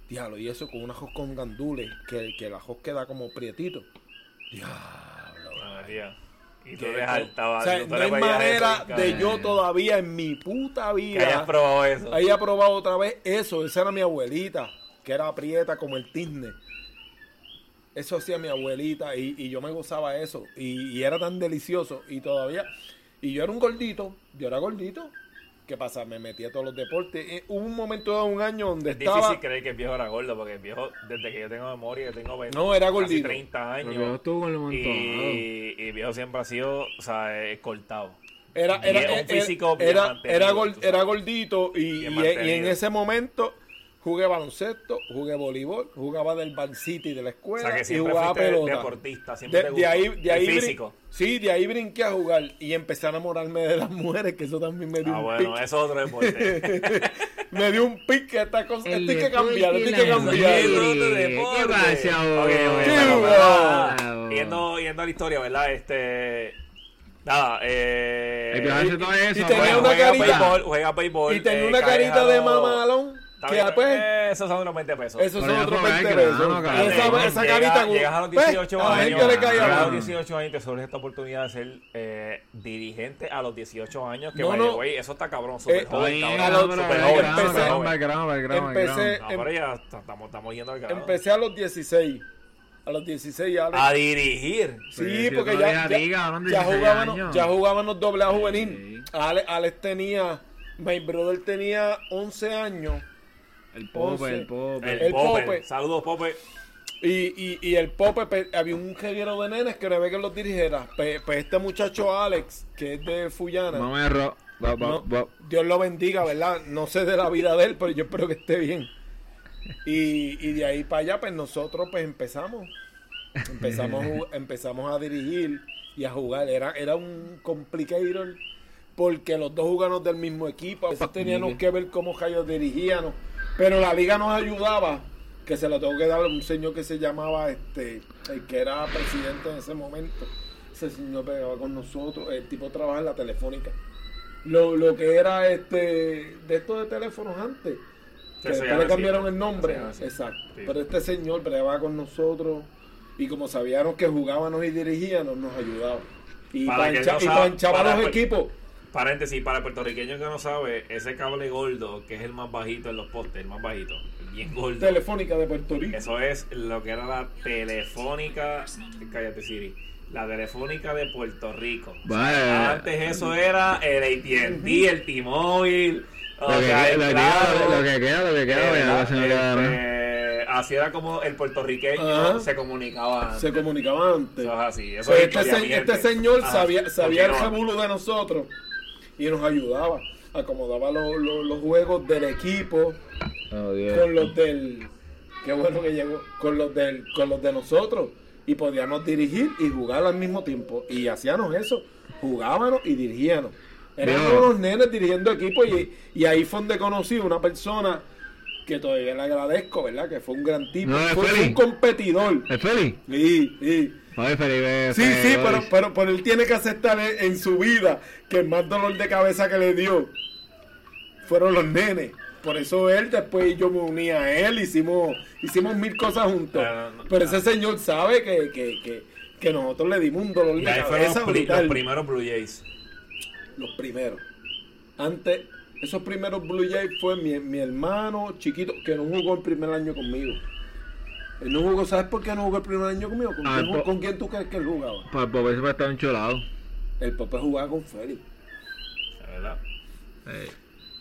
[SPEAKER 2] Diablo, y eso con un ajo con gandules, que, que el ajo queda como prietito. Diablo,
[SPEAKER 1] La metía. Y tú
[SPEAKER 2] que-
[SPEAKER 1] le saltabas.
[SPEAKER 2] o sea,
[SPEAKER 1] tú
[SPEAKER 2] no
[SPEAKER 1] le
[SPEAKER 2] hay
[SPEAKER 1] pedías
[SPEAKER 2] manera
[SPEAKER 1] eso,
[SPEAKER 2] de
[SPEAKER 1] cabrón.
[SPEAKER 2] yo todavía en mi puta
[SPEAKER 1] Que hayas
[SPEAKER 2] vida
[SPEAKER 1] probado eso.
[SPEAKER 2] haya probado otra vez eso. Esa era mi abuelita, que era aprieta como el tizne. Eso hacía mi abuelita y, y yo me gozaba eso. Y, y era tan delicioso. Y todavía. Y yo era un gordito. Yo era gordito. ¿Qué pasa? Me metía a todos los deportes. Eh, hubo un momento de un año donde
[SPEAKER 1] Es
[SPEAKER 2] estaba.
[SPEAKER 1] difícil creer que el viejo era gordo, porque el viejo, desde que yo tengo memoria, yo tengo 20,
[SPEAKER 2] No, era
[SPEAKER 1] casi
[SPEAKER 2] gordito.
[SPEAKER 1] 30
[SPEAKER 4] Pero yo
[SPEAKER 1] años.
[SPEAKER 4] estuvo en el montón.
[SPEAKER 1] Y, y el viejo siempre ha sido, o sea, eh, cortado.
[SPEAKER 2] Era, era,
[SPEAKER 1] Bien, un
[SPEAKER 2] era,
[SPEAKER 1] físico bien
[SPEAKER 2] era,
[SPEAKER 1] mantenido,
[SPEAKER 2] era
[SPEAKER 1] tú
[SPEAKER 2] gor-
[SPEAKER 1] sabes.
[SPEAKER 2] era gordito y,
[SPEAKER 1] Bien
[SPEAKER 2] y-
[SPEAKER 1] mantenido.
[SPEAKER 2] y en ese momento jugué baloncesto, jugué voleibol, jugaba del bar city de la
[SPEAKER 1] O
[SPEAKER 2] escuela
[SPEAKER 1] sea que
[SPEAKER 2] y
[SPEAKER 1] siempre
[SPEAKER 2] jugaba
[SPEAKER 1] fuiste
[SPEAKER 2] pelota.
[SPEAKER 1] deportista,
[SPEAKER 2] de,
[SPEAKER 1] siempre te
[SPEAKER 2] de
[SPEAKER 1] gustó
[SPEAKER 2] ahí, de
[SPEAKER 1] el
[SPEAKER 2] ahí brin-
[SPEAKER 1] físico.
[SPEAKER 2] sí, de ahí brinqué a jugar y empecé a enamorarme de las mujeres, que eso también me dio
[SPEAKER 1] Ah,
[SPEAKER 2] un
[SPEAKER 1] bueno, eh.
[SPEAKER 2] pic.
[SPEAKER 1] eso es otro deporte.
[SPEAKER 2] Me dio un pic que esta cosa,
[SPEAKER 4] El
[SPEAKER 2] esto hay que
[SPEAKER 4] deporte
[SPEAKER 2] cambiar,
[SPEAKER 4] y
[SPEAKER 2] esto hay
[SPEAKER 4] la
[SPEAKER 2] que
[SPEAKER 4] mujer.
[SPEAKER 2] cambiar.
[SPEAKER 4] ¿Qué pasa ahora?
[SPEAKER 1] Ok, ok,
[SPEAKER 2] ¿Qué
[SPEAKER 1] pero,
[SPEAKER 2] va?
[SPEAKER 1] pero, Yendo, yendo a la historia, ¿verdad? Este. Nada, eh.
[SPEAKER 3] El viaje hace todo Ah, eso.
[SPEAKER 2] y tenía
[SPEAKER 3] bueno, pues,
[SPEAKER 1] Juega,
[SPEAKER 2] una
[SPEAKER 1] juega
[SPEAKER 2] carita.
[SPEAKER 1] béisbol, juega béisbol.
[SPEAKER 2] Y tenía
[SPEAKER 1] eh,
[SPEAKER 2] una
[SPEAKER 1] caes a
[SPEAKER 2] carita de
[SPEAKER 1] los-
[SPEAKER 2] mamalón
[SPEAKER 1] Está
[SPEAKER 2] que
[SPEAKER 1] bien, eh,
[SPEAKER 2] después
[SPEAKER 1] Esos son los 20 pesos.
[SPEAKER 2] Esos
[SPEAKER 3] Pero
[SPEAKER 2] son
[SPEAKER 3] ya
[SPEAKER 2] otros
[SPEAKER 3] fue,
[SPEAKER 2] 20
[SPEAKER 3] que no,
[SPEAKER 2] pesos.
[SPEAKER 3] no,
[SPEAKER 1] Dale,
[SPEAKER 3] cabrón.
[SPEAKER 2] esa, esa
[SPEAKER 1] llega-
[SPEAKER 2] carita con-
[SPEAKER 1] Llegas a los
[SPEAKER 2] ¿Ves?
[SPEAKER 1] 18
[SPEAKER 2] A la
[SPEAKER 1] años.
[SPEAKER 2] gente le cae
[SPEAKER 1] llegas a
[SPEAKER 2] abajo.
[SPEAKER 1] los 18 años y te surge esta oportunidad de ser eh, dirigente a los 18 años. Que
[SPEAKER 2] No,
[SPEAKER 1] by
[SPEAKER 2] no.
[SPEAKER 1] the way, eso está cabrón, súper
[SPEAKER 2] Eh,
[SPEAKER 1] joven,
[SPEAKER 2] a
[SPEAKER 1] cabrón.
[SPEAKER 2] los-
[SPEAKER 1] súper
[SPEAKER 2] pero
[SPEAKER 1] joven,
[SPEAKER 2] empecé-
[SPEAKER 1] súper joven.
[SPEAKER 2] empecé-
[SPEAKER 1] No, pero ya está- estamos, estamos yendo al grado.
[SPEAKER 2] Empecé a los 16. A los 16 ya.
[SPEAKER 1] a dirigir.
[SPEAKER 2] Sí,
[SPEAKER 3] Sí,
[SPEAKER 2] porque
[SPEAKER 3] sí,
[SPEAKER 2] ya,
[SPEAKER 3] todavía
[SPEAKER 2] ya,
[SPEAKER 3] liga, cabrón,
[SPEAKER 2] ya
[SPEAKER 3] 16
[SPEAKER 2] jugaban,
[SPEAKER 3] años.
[SPEAKER 2] ya jugaban los doble A juvenil.
[SPEAKER 3] Sí.
[SPEAKER 2] Alex, Alex tenía, my brother tenía 11 años
[SPEAKER 3] El pope, el pope.
[SPEAKER 1] El,
[SPEAKER 2] El
[SPEAKER 1] Pope.
[SPEAKER 2] Pope.
[SPEAKER 1] Saludos, Pope.
[SPEAKER 2] y, y, y el Pope, pe- había un jeguero de nenes que no había que los dirigiera. Pe- Pues, este muchacho Alex, que es de Fullana,
[SPEAKER 3] Vamos a errar. Va, va,
[SPEAKER 2] No.
[SPEAKER 3] va.
[SPEAKER 2] Dios lo bendiga, ¿verdad? No sé de la vida de él, pero yo espero que esté bien. Y, y de ahí para allá, pues nosotros pues empezamos. Empezamos a, jug- empezamos a dirigir y a jugar. Era, era un complicator porque los dos jugamos del mismo equipo. A veces teníamos que ver cómo ellos dirigían. Pero la liga nos ayudaba, que se lo tengo que dar a un señor que se llamaba, este, el que era presidente en ese momento. Ese señor pegaba con nosotros. El tipo trabaja en la telefónica lo, lo que era este de estos de teléfonos antes que
[SPEAKER 1] Que se
[SPEAKER 2] después
[SPEAKER 1] llama
[SPEAKER 2] le
[SPEAKER 1] así,
[SPEAKER 2] cambiaron
[SPEAKER 1] ¿no?
[SPEAKER 2] el nombre
[SPEAKER 1] Se llama así.
[SPEAKER 2] exacto
[SPEAKER 1] Sí.
[SPEAKER 2] pero este señor bregaba con nosotros y como sabíamos que jugábamos y dirigíamos nos ayudaba y
[SPEAKER 1] Para que
[SPEAKER 2] plancha-
[SPEAKER 1] no
[SPEAKER 2] y
[SPEAKER 1] sa-
[SPEAKER 2] planchaba
[SPEAKER 1] para pues
[SPEAKER 2] los
[SPEAKER 1] que-
[SPEAKER 2] equipos
[SPEAKER 1] Paréntesis, para el puertorriqueño que no sabe, ese cable gordo, que es el más bajito en los postes, el más bajito, el bien gordo.
[SPEAKER 2] telefónica de Puerto Rico
[SPEAKER 1] Eso es lo que era la telefónica. Cállate, Siri. La telefónica de Puerto Rico. O sea,
[SPEAKER 3] Vale.
[SPEAKER 1] Antes eso era el ATT, el T-Mobile.
[SPEAKER 3] Lo
[SPEAKER 1] O
[SPEAKER 3] que queda,
[SPEAKER 1] sea, el
[SPEAKER 3] lo que
[SPEAKER 1] Claro,
[SPEAKER 3] queda, lo que queda, lo que queda,
[SPEAKER 1] eh,
[SPEAKER 3] vaya, la señora
[SPEAKER 1] ¿verdad?
[SPEAKER 3] Clara.
[SPEAKER 1] Este, Así era como el puertorriqueño
[SPEAKER 2] Ajá.
[SPEAKER 1] se comunicaba.
[SPEAKER 2] se comunicaba antes
[SPEAKER 1] Eso es así. Eso
[SPEAKER 2] Pues
[SPEAKER 1] es
[SPEAKER 2] este,
[SPEAKER 1] historia
[SPEAKER 2] se-
[SPEAKER 1] mierda.
[SPEAKER 2] este señor
[SPEAKER 1] Ajá,
[SPEAKER 2] sabía, sabía el
[SPEAKER 1] continúa.
[SPEAKER 2] rebulo de nosotros y nos ayudaba acomodaba los- los- los juegos del equipo
[SPEAKER 1] este.
[SPEAKER 3] Oh, Dios.
[SPEAKER 2] con los del qué bueno que llegó con los del con los de nosotros y podíamos dirigir y jugar al mismo tiempo y hacíamos eso jugábamos y dirigíamos éramos
[SPEAKER 3] Veo.
[SPEAKER 2] unos nenes dirigiendo equipos y, y ahí fue donde conocí una persona que todavía le agradezco verdad que fue un gran tipo
[SPEAKER 3] No, es
[SPEAKER 2] fue,
[SPEAKER 3] Feli.
[SPEAKER 2] un competidor
[SPEAKER 3] ¿Es Feli?
[SPEAKER 2] sí sí
[SPEAKER 3] Oye, Feli, ve,
[SPEAKER 1] Pues,
[SPEAKER 2] Sí,
[SPEAKER 3] Feli,
[SPEAKER 2] sí,
[SPEAKER 3] oye.
[SPEAKER 2] pero, pues- pero, pero él tiene que aceptar en, en su vida que el más dolor de cabeza que le dio fueron los nenes. Por eso él, después yo me uní a él, hicimos, hicimos mil cosas juntos.
[SPEAKER 1] Ah, no, no,
[SPEAKER 2] pero
[SPEAKER 1] ah.
[SPEAKER 2] ese señor sabe que, que, que, que nosotros le dimos un dolor de
[SPEAKER 1] Y ahí fueron los,
[SPEAKER 2] cabeza
[SPEAKER 1] pri-
[SPEAKER 2] brutal.
[SPEAKER 1] los primeros Blue Jays.
[SPEAKER 2] Los primeros. Antes, esos primeros Blue Jays fue mi, mi hermano chiquito que no jugó el primer año conmigo. Él no jugó, ¿sabes por qué no jugó el primer año conmigo? ¿Con,
[SPEAKER 3] Ah,
[SPEAKER 2] quién,
[SPEAKER 3] po-
[SPEAKER 2] con quién tú crees que él jugaba?
[SPEAKER 3] Para el pobre se va a estar enchulado.
[SPEAKER 2] El Pope jugaba con Félix.
[SPEAKER 1] la ¿Verdad?
[SPEAKER 3] Eh,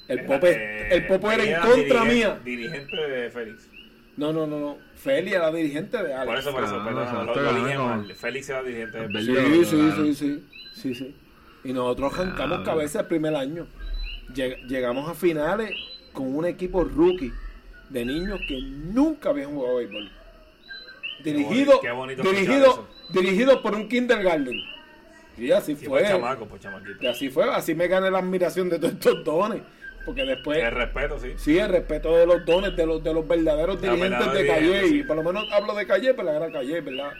[SPEAKER 2] El
[SPEAKER 1] Era,
[SPEAKER 2] Pope,
[SPEAKER 1] eh,
[SPEAKER 2] el Pope era
[SPEAKER 1] Feli
[SPEAKER 2] en contra
[SPEAKER 1] dirige-
[SPEAKER 2] mía.
[SPEAKER 1] Dirigente de Félix.
[SPEAKER 2] No, no, no, no. Félix era dirigente de
[SPEAKER 1] Por
[SPEAKER 2] Alex.
[SPEAKER 1] eso, por eso,
[SPEAKER 3] Ah,
[SPEAKER 1] perdóname,
[SPEAKER 3] exacto,
[SPEAKER 1] lo, lo
[SPEAKER 3] claro,
[SPEAKER 1] dije
[SPEAKER 3] no.
[SPEAKER 1] mal. Félix era dirigente de
[SPEAKER 3] Verdad.
[SPEAKER 1] Félix.
[SPEAKER 2] Sí,
[SPEAKER 3] Claro,
[SPEAKER 2] sí,
[SPEAKER 3] claro.
[SPEAKER 2] sí, sí, sí, sí. Y nosotros arrancamos
[SPEAKER 3] Ah,
[SPEAKER 2] cabeza el primer año. Lleg- llegamos a finales con un equipo rookie de niños que nunca habían jugado béisbol. Dirigido,
[SPEAKER 1] qué bonito escuchar
[SPEAKER 2] dirigido, dirigido por un kindergarten. Y así
[SPEAKER 1] Sí,
[SPEAKER 2] fue.
[SPEAKER 1] por chamaco, por chamaquito.
[SPEAKER 2] Y así fue. Así me gané la admiración de todos estos dones. Porque después
[SPEAKER 1] El respeto, sí.
[SPEAKER 2] Sí, el respeto de los dones, de los, de los verdaderos
[SPEAKER 1] De los
[SPEAKER 2] dirigentes de
[SPEAKER 1] verdaderos
[SPEAKER 2] Calle.
[SPEAKER 1] dirigentes, sí.
[SPEAKER 2] Y por lo menos hablo de Calle, pero la gran Calle, ¿verdad?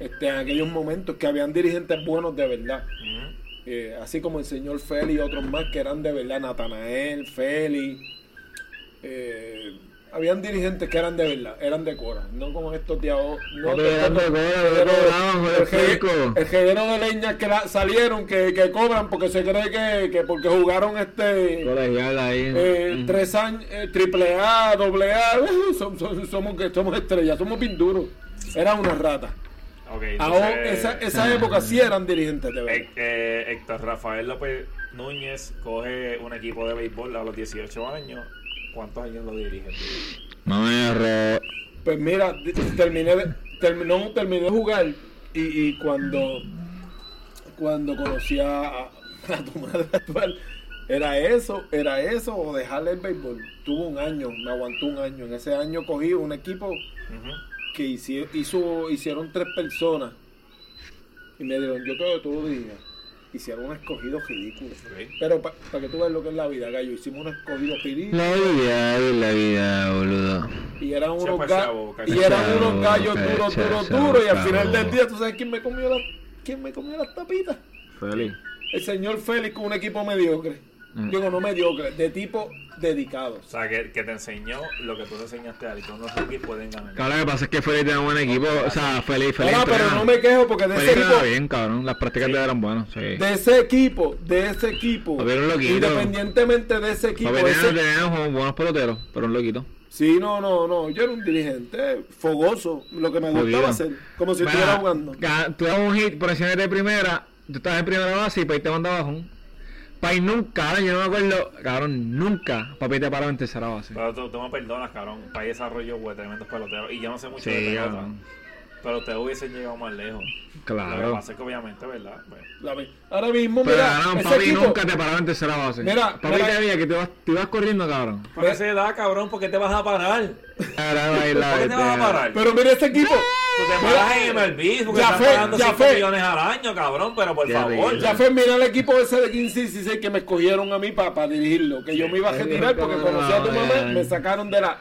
[SPEAKER 2] Este, en aquellos momentos que habían dirigentes buenos de verdad.
[SPEAKER 1] Ujú.
[SPEAKER 2] Eh, así como el señor Feli y otros más que eran de verdad, Natanael, Feli. Eh, habían dirigentes que eran de verdad, eran de cora, no como estos de ahora. No,
[SPEAKER 3] Pero eran de cora, de cora, joder,
[SPEAKER 2] el je-
[SPEAKER 3] chico.
[SPEAKER 2] el jeguero de leña que la- salieron, que, que cobran porque se cree que, que porque jugaron este
[SPEAKER 3] colegial ahí.
[SPEAKER 2] eh, tres años, eh, triple A, doble A, uh, som- som- somos, que somos estrellas, somos pinduros. Era una rata.
[SPEAKER 1] Ok,
[SPEAKER 2] Ahora,
[SPEAKER 1] entonces,
[SPEAKER 2] esa, esa época sí eran dirigentes de verdad.
[SPEAKER 1] Hec- eh, Héctor Rafael López Núñez coge un equipo de béisbol a los 18 años. ¿Cuántos años lo dirige?
[SPEAKER 3] No me erró.
[SPEAKER 2] Pues mira, di- terminé de, terminó, terminé de jugar y, y cuando, cuando conocí a, a- para tu madre actual. Era eso, era eso o dejarle el béisbol. Tuvo un año, me aguantó un año. En ese año cogí un equipo
[SPEAKER 1] Ujú.
[SPEAKER 2] que hici- hizo, hicieron tres personas y me dijeron, yo creo que tú lo dirías. Hicieron un escogido ridículo.
[SPEAKER 1] Ok.
[SPEAKER 2] Pero para que tú veas lo que es la vida, gallo, hicimos un escogido ridículo
[SPEAKER 4] La vida es la vida, boludo.
[SPEAKER 2] y eran
[SPEAKER 1] Se
[SPEAKER 2] unos,
[SPEAKER 1] fue
[SPEAKER 2] ga-
[SPEAKER 1] chavo, cacha.
[SPEAKER 2] y eran
[SPEAKER 4] Chavo,
[SPEAKER 2] unos gallos
[SPEAKER 4] cacha,
[SPEAKER 2] duros, duros,
[SPEAKER 4] chavo,
[SPEAKER 2] duros. Y al
[SPEAKER 4] chavo.
[SPEAKER 2] final del día, ¿tú sabes quién me comió, la- quién me comió las tapitas?
[SPEAKER 3] Félix.
[SPEAKER 2] El señor Félix con un equipo mediocre.
[SPEAKER 3] Mm.
[SPEAKER 2] Digo, no mediocre, de tipo
[SPEAKER 1] O
[SPEAKER 2] dedicados.
[SPEAKER 1] sea, que, que te enseñó lo que tú le enseñaste a él, que unos rookies pueden ganar.
[SPEAKER 4] Cabrón, lo que pasa es que Félix tiene un buen equipo. O sea, Félix, Félix.
[SPEAKER 2] Ahora, Ah, pero
[SPEAKER 4] entrena.
[SPEAKER 2] no me quejo porque de ese
[SPEAKER 4] Félix
[SPEAKER 2] equipo
[SPEAKER 4] entrenaba bien, cabrón. Las prácticas de él eran buenas, sí.
[SPEAKER 2] de ese equipo, de ese equipo,
[SPEAKER 4] A ver, un loquito.
[SPEAKER 2] independientemente de ese equipo,
[SPEAKER 4] Papi, tenían-
[SPEAKER 2] ese-
[SPEAKER 4] tenían unos buenos peloteros, pero un loquito.
[SPEAKER 2] sí, no, no, no, yo era un dirigente fogoso, lo que me gustaba
[SPEAKER 4] Jodido.
[SPEAKER 2] hacer, como si
[SPEAKER 4] Mira,
[SPEAKER 2] estuviera jugando.
[SPEAKER 4] ga- Tú dabas un hit por encima de primera, tú estabas en primera base y Pay te mandaba bajón. Pay nunca, cabrón, yo no me acuerdo, cabrón, nunca Papi te paraba en tercera base.
[SPEAKER 1] Pero tú, tú me perdonas, cabrón. País desarrollo, güey, tremendos peloteros. Y yo no sé mucho de
[SPEAKER 4] Sí,
[SPEAKER 1] pelota.
[SPEAKER 4] cabrón.
[SPEAKER 1] Pero ustedes hubiesen llegado más lejos. Lo que
[SPEAKER 4] Claro.
[SPEAKER 1] pasa es que obviamente, ¿verdad? Pues,
[SPEAKER 2] La ve- Ahora mismo,
[SPEAKER 4] Pero
[SPEAKER 2] mira,
[SPEAKER 4] cabrón,
[SPEAKER 2] ese
[SPEAKER 4] Papi
[SPEAKER 2] equipo,
[SPEAKER 4] nunca te paraba en tercera base.
[SPEAKER 2] Mira,
[SPEAKER 4] papi
[SPEAKER 2] mira- eh.
[SPEAKER 4] te veía que te ibas, te ibas corriendo, cabrón.
[SPEAKER 1] ¿Por
[SPEAKER 2] Pues-
[SPEAKER 1] qué se da, cabrón? ¿Por qué te vas a parar?
[SPEAKER 4] Cabrón, ahí la
[SPEAKER 1] ¿Por qué te
[SPEAKER 2] este,
[SPEAKER 1] vas a
[SPEAKER 4] bestia.
[SPEAKER 1] parar?
[SPEAKER 2] pero mira ese equipo,
[SPEAKER 1] Tú te paras en MLB porque
[SPEAKER 2] Ya
[SPEAKER 1] están
[SPEAKER 2] fue,
[SPEAKER 1] pagando
[SPEAKER 2] ya
[SPEAKER 1] 5
[SPEAKER 2] fue.
[SPEAKER 1] millones al año, cabrón. Pero por
[SPEAKER 4] Qué
[SPEAKER 1] favor.
[SPEAKER 4] horrible.
[SPEAKER 2] ya fue, mira el equipo ese de 15 y 16 que me escogieron a mí para dirigirlo, que yo me iba a retirar porque conocía a tu mamá, me sacaron de la...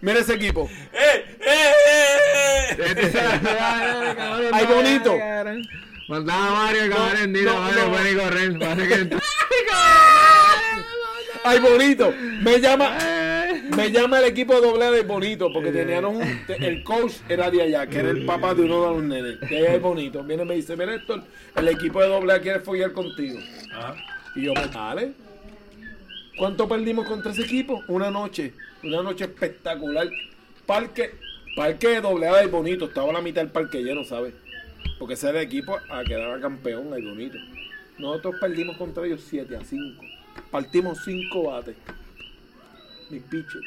[SPEAKER 2] Mira ese equipo.
[SPEAKER 1] ¡Eh, eh, eh! eh!
[SPEAKER 4] Este,
[SPEAKER 2] Este
[SPEAKER 4] Ay,
[SPEAKER 2] Ay, bonito.
[SPEAKER 4] Mandaba a eh, Mario, cabrón, dile
[SPEAKER 2] no,
[SPEAKER 4] a Mario,
[SPEAKER 2] no.
[SPEAKER 4] pueden ir correr. Parece que
[SPEAKER 2] Ay, bonito. Me llama, me llama el equipo doble de bonito, porque tenían un, te- el coach era de allá, que era el papá de uno de los nenes. De allá es bonito. Viene y me dice, mira Héctor, el equipo de doble A quiere follar contigo.
[SPEAKER 1] Ajá.
[SPEAKER 2] Y yo, pues, dale. ¿Cuánto perdimos contra ese equipo? Una noche. Una noche espectacular. Parque, parque de doble A de bonito. Estaba la mitad del parque lleno, ¿sabes? Porque ese era el equipo a quedar campeón, el bonito. Nosotros perdimos contra ellos 7 a 5. Partimos 5 bates. Mis piches.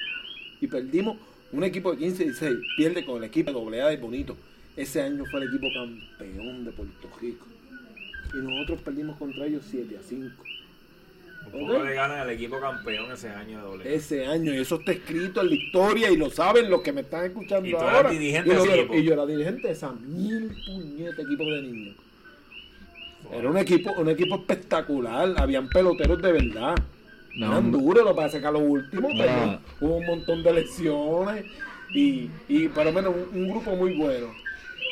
[SPEAKER 2] Y perdimos un equipo de 15 y 16. Pierde con el equipo de doble A de bonito. Ese año fue el equipo campeón de Puerto Rico. Y nosotros perdimos contra ellos 7 a 5.
[SPEAKER 1] Un poco le ganan al equipo campeón ese año de doble.
[SPEAKER 2] ese año. Y eso está escrito en la historia y lo saben los que me están escuchando
[SPEAKER 1] Y tú eras
[SPEAKER 2] ahora.
[SPEAKER 1] dirigente
[SPEAKER 2] y, lo
[SPEAKER 1] de ese
[SPEAKER 2] que-
[SPEAKER 1] equipo.
[SPEAKER 2] y yo era dirigente de esa mil puñeta equipo de niños. Era un equipo, un equipo espectacular. Habían peloteros de verdad.
[SPEAKER 4] No,
[SPEAKER 2] Eran
[SPEAKER 4] hombre.
[SPEAKER 2] duros, lo que pasa es que a los últimos
[SPEAKER 4] No.
[SPEAKER 2] pero hubo un montón de lesiones. Y, y pero menos un, un grupo muy bueno.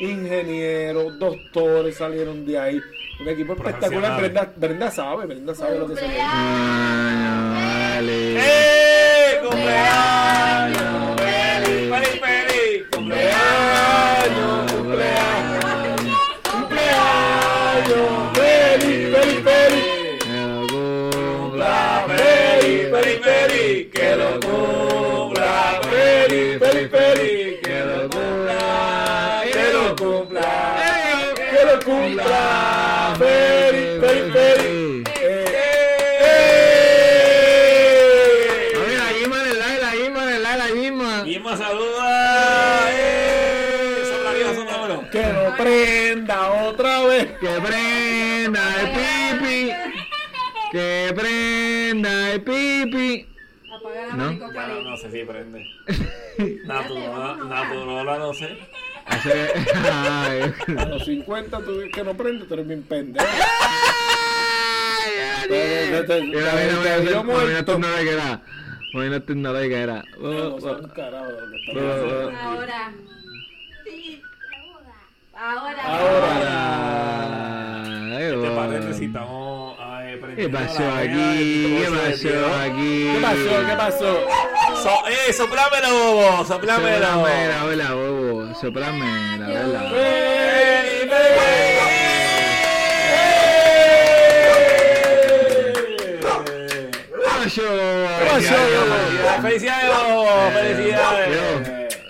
[SPEAKER 2] Ingenieros, doctores salieron de ahí. Un equipo espectacular.
[SPEAKER 1] Profesionales.
[SPEAKER 2] Brenda, Brenda sabe, Brenda sabe lo que se llama.
[SPEAKER 1] ¡Eh! ¡Cumpleaños! ¡Feliz, feliz, feliz! ¡Cumpleaños!
[SPEAKER 2] cumpleaños, feliz, feliz, feliz, feliz, feliz, feliz, que lo cumpla, feliz, feliz, feliz, que lo cumpla, que lo cumpla, que lo cumpla, feliz, feliz, feliz, eh, eh.
[SPEAKER 1] Guima saluda. ¡Eh! Sopla viejo, sopla bueno.
[SPEAKER 2] que lo prenda otra vez.
[SPEAKER 4] Que prenda el pipi, que prenda el pipi.
[SPEAKER 5] Apaga el
[SPEAKER 4] ¿No?
[SPEAKER 5] abanico,
[SPEAKER 1] Ya no,
[SPEAKER 5] Cali.
[SPEAKER 1] no sé si prende. Naturola, naturola, no sé.
[SPEAKER 4] Hace- Ay.
[SPEAKER 2] A los 50 tú ves que no prende, tú eres bien pendejo.
[SPEAKER 4] Mira, mira, mira,
[SPEAKER 2] Te dio
[SPEAKER 4] mira, mira,
[SPEAKER 2] muerto.
[SPEAKER 4] tu nave que era. Mira tu nave que era.
[SPEAKER 2] No,
[SPEAKER 4] Oh,
[SPEAKER 2] o sea, un
[SPEAKER 4] oh.
[SPEAKER 2] carajo de lo que está
[SPEAKER 4] Oh, oh,
[SPEAKER 2] pasando.
[SPEAKER 4] oh.
[SPEAKER 5] Ahora. Sí. Ahora.
[SPEAKER 4] Ahora. Ay,
[SPEAKER 1] Este
[SPEAKER 4] bueno.
[SPEAKER 1] paréntesis estamos eh,
[SPEAKER 4] ¿Qué
[SPEAKER 1] prendiendo
[SPEAKER 4] pasó
[SPEAKER 1] la
[SPEAKER 4] aquí?
[SPEAKER 1] vela del
[SPEAKER 4] ¿Qué
[SPEAKER 1] trozo de
[SPEAKER 4] pasó
[SPEAKER 1] viejo.
[SPEAKER 4] aquí?
[SPEAKER 2] ¿Qué pasó? ¿Qué pasó?
[SPEAKER 1] So- ¡Eh! ¡Soplámelo, bobo! ¡Soplámelo!
[SPEAKER 4] Soplámela, vela, bobo. Soplame la vela.
[SPEAKER 1] ¡Feliz,
[SPEAKER 4] ¡Eh!
[SPEAKER 1] feliz!
[SPEAKER 4] ¡Pasó!
[SPEAKER 1] ¡Felicidades, bobo! ¡Felicidades!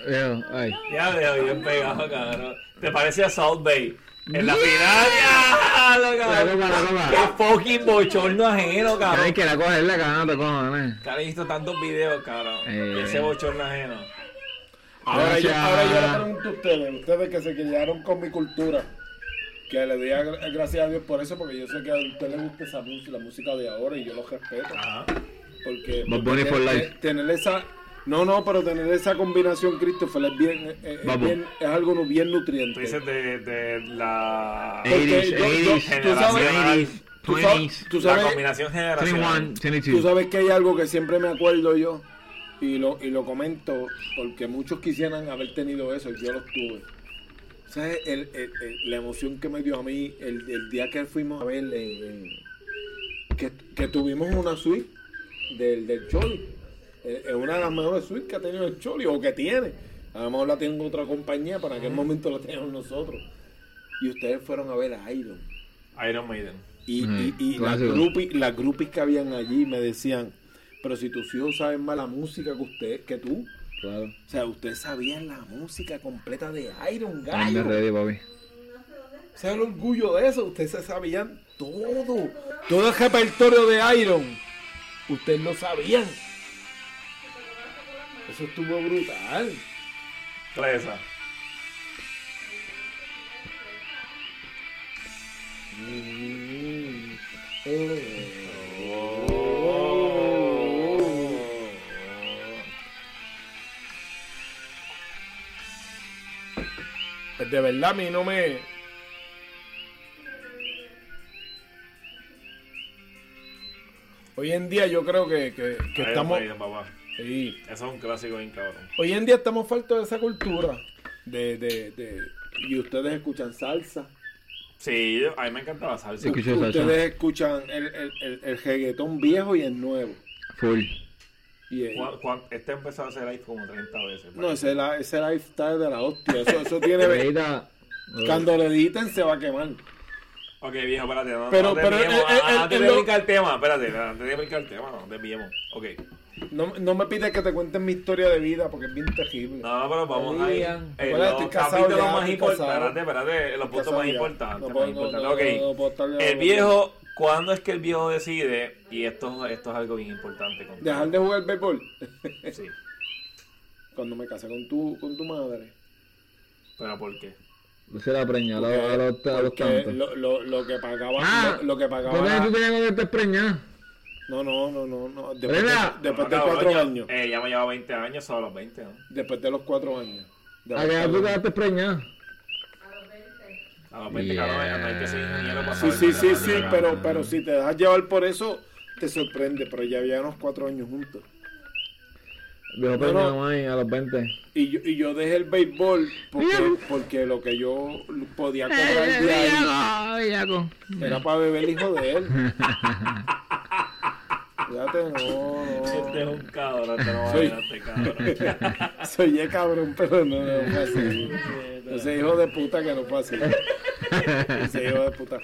[SPEAKER 4] Veo, ay.
[SPEAKER 1] Ya veo, bien pegado, cabrón. ¿Te parece a South Bay? En la final, ya, lo,
[SPEAKER 4] La copa, la
[SPEAKER 1] cabrón.
[SPEAKER 4] copa.
[SPEAKER 1] Qué fucking bochorno ajeno,
[SPEAKER 4] Ay,
[SPEAKER 1] cabrón.
[SPEAKER 4] que la coges, la cagada, te cojones.
[SPEAKER 1] Cara, he visto tantos videos, cabrón.
[SPEAKER 4] Eh.
[SPEAKER 1] Ese bochorno ajeno.
[SPEAKER 2] Ahora yo,
[SPEAKER 4] Gracias.
[SPEAKER 2] ahora yo le pregunto a ustedes, ustedes que se criaron con mi cultura, Que le doy a- eh, gracias a Dios por eso, porque yo sé que a usted le gusta esa música, la música de ahora, y yo lo respeto.
[SPEAKER 1] Ajá.
[SPEAKER 2] Porque,
[SPEAKER 4] Bad
[SPEAKER 2] porque
[SPEAKER 4] Bunny for
[SPEAKER 2] te-
[SPEAKER 4] life.
[SPEAKER 2] tener esa. No, no, pero tener esa combinación, Christopher, es bien. es- Es,
[SPEAKER 4] Vamos.
[SPEAKER 2] bien- es algo no- bien
[SPEAKER 1] Tú
[SPEAKER 2] nutriente.
[SPEAKER 1] dices de, de la.
[SPEAKER 4] Ey,
[SPEAKER 2] Porque
[SPEAKER 4] 80s,
[SPEAKER 2] yo- yo-
[SPEAKER 4] 80s,
[SPEAKER 2] tú sabes-
[SPEAKER 4] 90s,
[SPEAKER 2] tú sabes-
[SPEAKER 4] 20s,
[SPEAKER 2] tú
[SPEAKER 1] la
[SPEAKER 2] sabes,
[SPEAKER 1] combinación
[SPEAKER 4] 21,
[SPEAKER 1] generacional.
[SPEAKER 2] Tú
[SPEAKER 4] 22.
[SPEAKER 2] sabes que hay algo que siempre me acuerdo yo y lo, y lo comento porque muchos quisieran haber tenido eso y yo los tuve. ¿Sabes? El- el- el- la emoción que me dio a mí el, el día que fuimos a ver en- en- que, que tuvimos una suite del, del Choli. Eh, Es una de las mejores suites que ha tenido el Choli o que tiene. A lo mejor la tiene otra compañía, para aquel momento la teníamos nosotros. Y ustedes fueron a ver a Iron.
[SPEAKER 1] Iron Maiden.
[SPEAKER 2] Y,
[SPEAKER 4] Ujú,
[SPEAKER 2] y, y las,
[SPEAKER 4] clásico.
[SPEAKER 2] groupies, las groupies que habían allí me decían, pero si tus hijos saben más la música que usted, que tú.
[SPEAKER 4] Claro.
[SPEAKER 2] O sea, ustedes sabían la música completa de Iron
[SPEAKER 4] Anda
[SPEAKER 2] Gallo.
[SPEAKER 4] ready,
[SPEAKER 2] O
[SPEAKER 4] papi.
[SPEAKER 2] sea, el orgullo de eso. Ustedes se sabían todo. Todo el repertorio de Iron. Ustedes lo sabían. Eso estuvo brutal.
[SPEAKER 1] Clesa.
[SPEAKER 2] Mm. Eh. Pues de verdad a mí no me. Hoy en día yo creo que, que- que
[SPEAKER 1] Iron
[SPEAKER 2] estamos.
[SPEAKER 1] Maiden, papá.
[SPEAKER 2] Sí.
[SPEAKER 1] Eso es un clásico bien cabrón.
[SPEAKER 2] Hoy en día estamos faltos de esa cultura. De, de, de- Y ustedes escuchan salsa.
[SPEAKER 1] Sí, yo- a mí me encantaba salsa.
[SPEAKER 4] Sí, que- Escucho
[SPEAKER 2] ustedes
[SPEAKER 4] salsa.
[SPEAKER 2] escuchan el, el, el, el reggaetón viejo y el nuevo.
[SPEAKER 4] Full.
[SPEAKER 2] Y el-
[SPEAKER 1] Juan- Juan- este empezó a hacer live como 30 veces.
[SPEAKER 2] No,
[SPEAKER 1] parece.
[SPEAKER 2] ese, la, ese lifestyle de la hostia. Eso, eso tiene.
[SPEAKER 4] Reina.
[SPEAKER 2] Cuando le editen se va a quemar.
[SPEAKER 1] Ok, viejo, espérate. No,
[SPEAKER 2] Pero-
[SPEAKER 1] no te
[SPEAKER 2] pero,
[SPEAKER 1] desviemos.
[SPEAKER 2] eh, eh,
[SPEAKER 1] Ah, antes
[SPEAKER 2] eh,
[SPEAKER 1] de
[SPEAKER 2] lo-
[SPEAKER 1] brincar el tema, espérate. Antes de brincar el tema, no, desviemos. Ok.
[SPEAKER 2] No, no me pides que te cuenten mi historia de vida porque es bien terrible.
[SPEAKER 1] No, pero vamos a ir.
[SPEAKER 4] Digan.
[SPEAKER 1] Eh,
[SPEAKER 2] Bueno,
[SPEAKER 1] los
[SPEAKER 2] estoy casado
[SPEAKER 1] capítulos
[SPEAKER 2] ya,
[SPEAKER 1] más
[SPEAKER 2] estoy
[SPEAKER 1] importantes.
[SPEAKER 2] casado.
[SPEAKER 1] Espérate, espérate. Los puntos
[SPEAKER 2] casado
[SPEAKER 1] más
[SPEAKER 2] ya.
[SPEAKER 1] importantes.
[SPEAKER 2] No
[SPEAKER 1] más
[SPEAKER 2] puedo-
[SPEAKER 1] importantes.
[SPEAKER 2] no, no, no puedo
[SPEAKER 1] ok.
[SPEAKER 2] estar ya
[SPEAKER 1] el
[SPEAKER 2] hablando.
[SPEAKER 1] viejo, ¿cuándo es que el viejo decide? Y esto, esto es algo bien importante. Con
[SPEAKER 2] Dejar de jugar béisbol.
[SPEAKER 1] Sí.
[SPEAKER 2] Cuando me casé con tu, con tu madre.
[SPEAKER 1] ¿Pero por qué?
[SPEAKER 4] Se la preña a los a los- a los
[SPEAKER 2] porque
[SPEAKER 4] tantos.
[SPEAKER 2] lo, lo, lo que pagaba.
[SPEAKER 4] Ah,
[SPEAKER 2] lo, lo que pagaba.
[SPEAKER 4] ¿Por qué tú tenías que estar preñada?
[SPEAKER 2] No, no, no, no. no. Después,
[SPEAKER 4] Mira.
[SPEAKER 2] de, después de
[SPEAKER 1] No, cabrón,
[SPEAKER 2] cuatro
[SPEAKER 1] yo-
[SPEAKER 2] años.
[SPEAKER 1] Eh, ya me lleva 20 años, solo los 20, ¿no?
[SPEAKER 2] Después de los cuatro años. De
[SPEAKER 4] ¿A qué edad
[SPEAKER 2] los
[SPEAKER 4] tú
[SPEAKER 2] cuatro años.
[SPEAKER 4] quedaste preñada?
[SPEAKER 1] A los 20, cabrón,
[SPEAKER 4] Yeah.
[SPEAKER 1] no hay que ser ingeniero para
[SPEAKER 2] Sí,
[SPEAKER 1] saber
[SPEAKER 2] sí,
[SPEAKER 1] nada,
[SPEAKER 2] sí,
[SPEAKER 1] ¿no?
[SPEAKER 2] sí. Pero, pero si te dejas llevar por eso, te sorprende. Pero ya habíamos cuatro años juntos.
[SPEAKER 4] Dejó preñada, mami, a los 20.
[SPEAKER 2] Y yo, y yo dejé el béisbol porque, porque lo que yo
[SPEAKER 1] Eh,
[SPEAKER 2] podía cobrar de ahí era para beber el hijo de él. Fíjate, no,
[SPEAKER 1] Este es
[SPEAKER 2] no.
[SPEAKER 1] un cabrón, te lo va a
[SPEAKER 2] Soy-
[SPEAKER 1] ver este cabrón.
[SPEAKER 2] Soy el cabrón, pero no, no fue así. Ese hijo de puta que no fue así. Ese hijo de puta.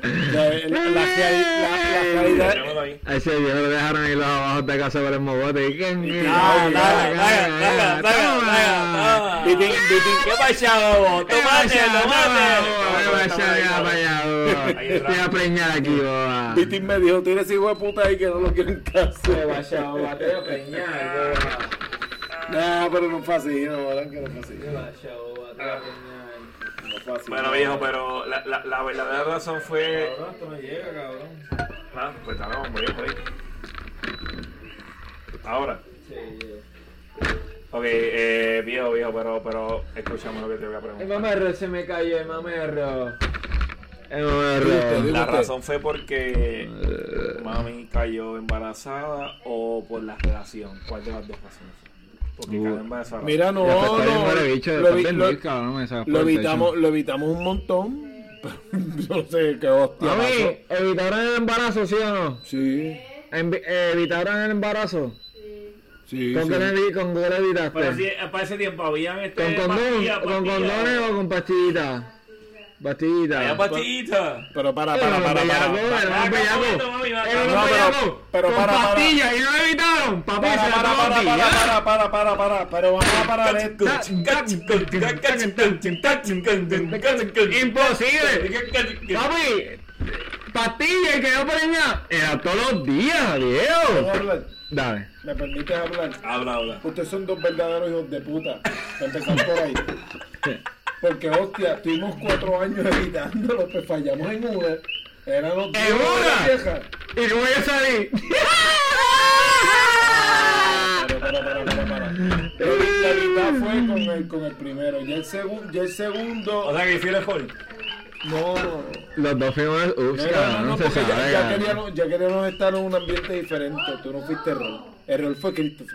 [SPEAKER 2] La, la- la real- la- la realidad-
[SPEAKER 1] Dejémoslo ahí.
[SPEAKER 4] A ese viejo lo dejaron ahí los abajo de casa con el mogote. Y que.
[SPEAKER 1] Ah,
[SPEAKER 2] nada, nada,
[SPEAKER 1] Taca, taca, taca, taca. ¿Qué pasó, bobo? Tómate, tómate. Ahí está.
[SPEAKER 4] Estoy preñada aquí, boba.
[SPEAKER 2] Vitín me dijo, tienes hijo de puta ahí que no lo quieren casar. No, pero no fue así, no, ¿verdad que no fue así? No fue así.
[SPEAKER 1] Bueno, viejo, pero la, la, la verdadera razón fue.
[SPEAKER 3] esto no llega, cabrón.
[SPEAKER 1] Ah, pues está bien, hombre, por ahí. Ahora. Ok, eh, viejo, viejo, pero, pero escuchamos lo que te voy a preguntar.
[SPEAKER 4] mamerro se me cayó, el mamerro.
[SPEAKER 2] Usted,
[SPEAKER 4] El mamerro.
[SPEAKER 1] La
[SPEAKER 2] usted.
[SPEAKER 1] razón fue porque mami cayó embarazada o por la relación. ¿Cuál de las dos razones fue? Porque
[SPEAKER 4] Uh,
[SPEAKER 1] cayó embarazada.
[SPEAKER 2] Mira, no,
[SPEAKER 4] Ya, pues, está bien,
[SPEAKER 2] no.
[SPEAKER 4] pero bicho,
[SPEAKER 2] lo
[SPEAKER 4] están
[SPEAKER 2] vi-
[SPEAKER 4] vendidos,
[SPEAKER 2] lo-
[SPEAKER 4] cabrón, esa
[SPEAKER 2] Lo
[SPEAKER 4] puerta,
[SPEAKER 2] evitamos,
[SPEAKER 4] hecho.
[SPEAKER 2] lo evitamos un montón. pero no sé qué hostia. pasó.
[SPEAKER 4] Mami, ¿evitaron el embarazo, sí o no?
[SPEAKER 2] Sí,
[SPEAKER 4] Envi- eh, ¿Evitaron el embarazo?
[SPEAKER 2] sí.
[SPEAKER 4] ¿Con
[SPEAKER 2] sí.
[SPEAKER 4] qué le evi- con qué le
[SPEAKER 1] Pero si
[SPEAKER 4] evitaste?
[SPEAKER 1] eh, para ese tiempo habían este.
[SPEAKER 2] Eh,
[SPEAKER 4] ¿Con condón?
[SPEAKER 1] pastillas,
[SPEAKER 4] ¿Con
[SPEAKER 1] pastillas.
[SPEAKER 4] condones o con pastillitas?
[SPEAKER 1] Había
[SPEAKER 4] Pastillitas.
[SPEAKER 1] pastillitas.
[SPEAKER 2] Pero para,
[SPEAKER 4] Era
[SPEAKER 2] para,
[SPEAKER 4] un
[SPEAKER 2] para, para.
[SPEAKER 4] bellaco,
[SPEAKER 2] para.
[SPEAKER 4] era un
[SPEAKER 1] Acá, momento,
[SPEAKER 4] bellaco.
[SPEAKER 1] mami, acá.
[SPEAKER 4] Era un
[SPEAKER 2] No, pero-
[SPEAKER 4] bellaco.
[SPEAKER 2] pero
[SPEAKER 4] Con
[SPEAKER 2] para, para.
[SPEAKER 4] pastillas y no lo evitaron. Papi,
[SPEAKER 2] Para,
[SPEAKER 4] se la
[SPEAKER 2] para,
[SPEAKER 4] tomó
[SPEAKER 2] para,
[SPEAKER 4] a ti.
[SPEAKER 2] para,
[SPEAKER 4] Ya.
[SPEAKER 2] para, para, para, para, pero vamos a parar esto.
[SPEAKER 4] Imposible. Papi, pastilla y quedó preñada. Era todos los días,
[SPEAKER 2] ¿Puedo
[SPEAKER 4] viejo.
[SPEAKER 2] hablar?
[SPEAKER 4] Dale.
[SPEAKER 2] ¿Me permites hablar?
[SPEAKER 1] Habla, habla.
[SPEAKER 2] Ustedes son dos verdaderos hijos de puta. Empezar por ahí. Porque, hostia, estuvimos cuatro años evitándolo, pues fallamos en una. Eran los
[SPEAKER 4] ¡En una!
[SPEAKER 2] vieja.
[SPEAKER 4] ¿Y cómo yo salí?
[SPEAKER 2] Pero, pero, pero, pero, pero. La mitad fue con el, con el primero. Ya el, segun- ya el
[SPEAKER 1] O
[SPEAKER 2] segundo.
[SPEAKER 1] sea que hicieron Hulk.
[SPEAKER 2] No.
[SPEAKER 4] Los dos fuimos. Ups,
[SPEAKER 2] Mira,
[SPEAKER 4] cabrón,
[SPEAKER 2] no, no,
[SPEAKER 4] se
[SPEAKER 2] porque
[SPEAKER 4] sabe.
[SPEAKER 2] ya, ya
[SPEAKER 4] cabrón.
[SPEAKER 2] queríamos, ya queríamos estar en un ambiente diferente. Tú no fuiste error. Error fue Christopher.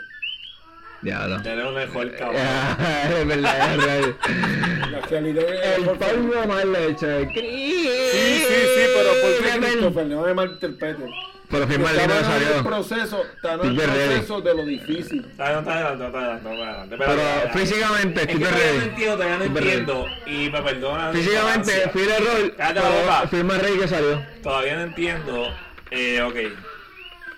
[SPEAKER 4] Diablo.
[SPEAKER 1] Tenés un Hulk, cabrón.
[SPEAKER 4] Ah, Es verdad, es real.
[SPEAKER 2] La realidad es
[SPEAKER 4] El
[SPEAKER 2] error fue-
[SPEAKER 4] polvo mal hecho.
[SPEAKER 2] Sí,
[SPEAKER 4] Sí,
[SPEAKER 2] sí, sí, pero por qué Christopher, no me malinterpretes.
[SPEAKER 4] Pero firma el libro
[SPEAKER 2] Estaba
[SPEAKER 4] no
[SPEAKER 2] en el
[SPEAKER 4] salió.
[SPEAKER 2] proceso, estaba en el
[SPEAKER 4] Estoy ready.
[SPEAKER 2] proceso de lo difícil.
[SPEAKER 1] Está Ah, no está adelante, no está adelante, no está adelante.
[SPEAKER 4] Pero
[SPEAKER 1] espera, espera.
[SPEAKER 4] físicamente,
[SPEAKER 1] Es que
[SPEAKER 4] estoy
[SPEAKER 1] todavía no
[SPEAKER 4] ready.
[SPEAKER 1] entiendo, todavía no
[SPEAKER 4] Estoy ready.
[SPEAKER 1] entiendo. Y me perdonan.
[SPEAKER 4] Físicamente, fui el error.
[SPEAKER 1] Cállate la boca.
[SPEAKER 4] pero Firma el rey que salió.
[SPEAKER 1] Todavía no entiendo. Eh, ok.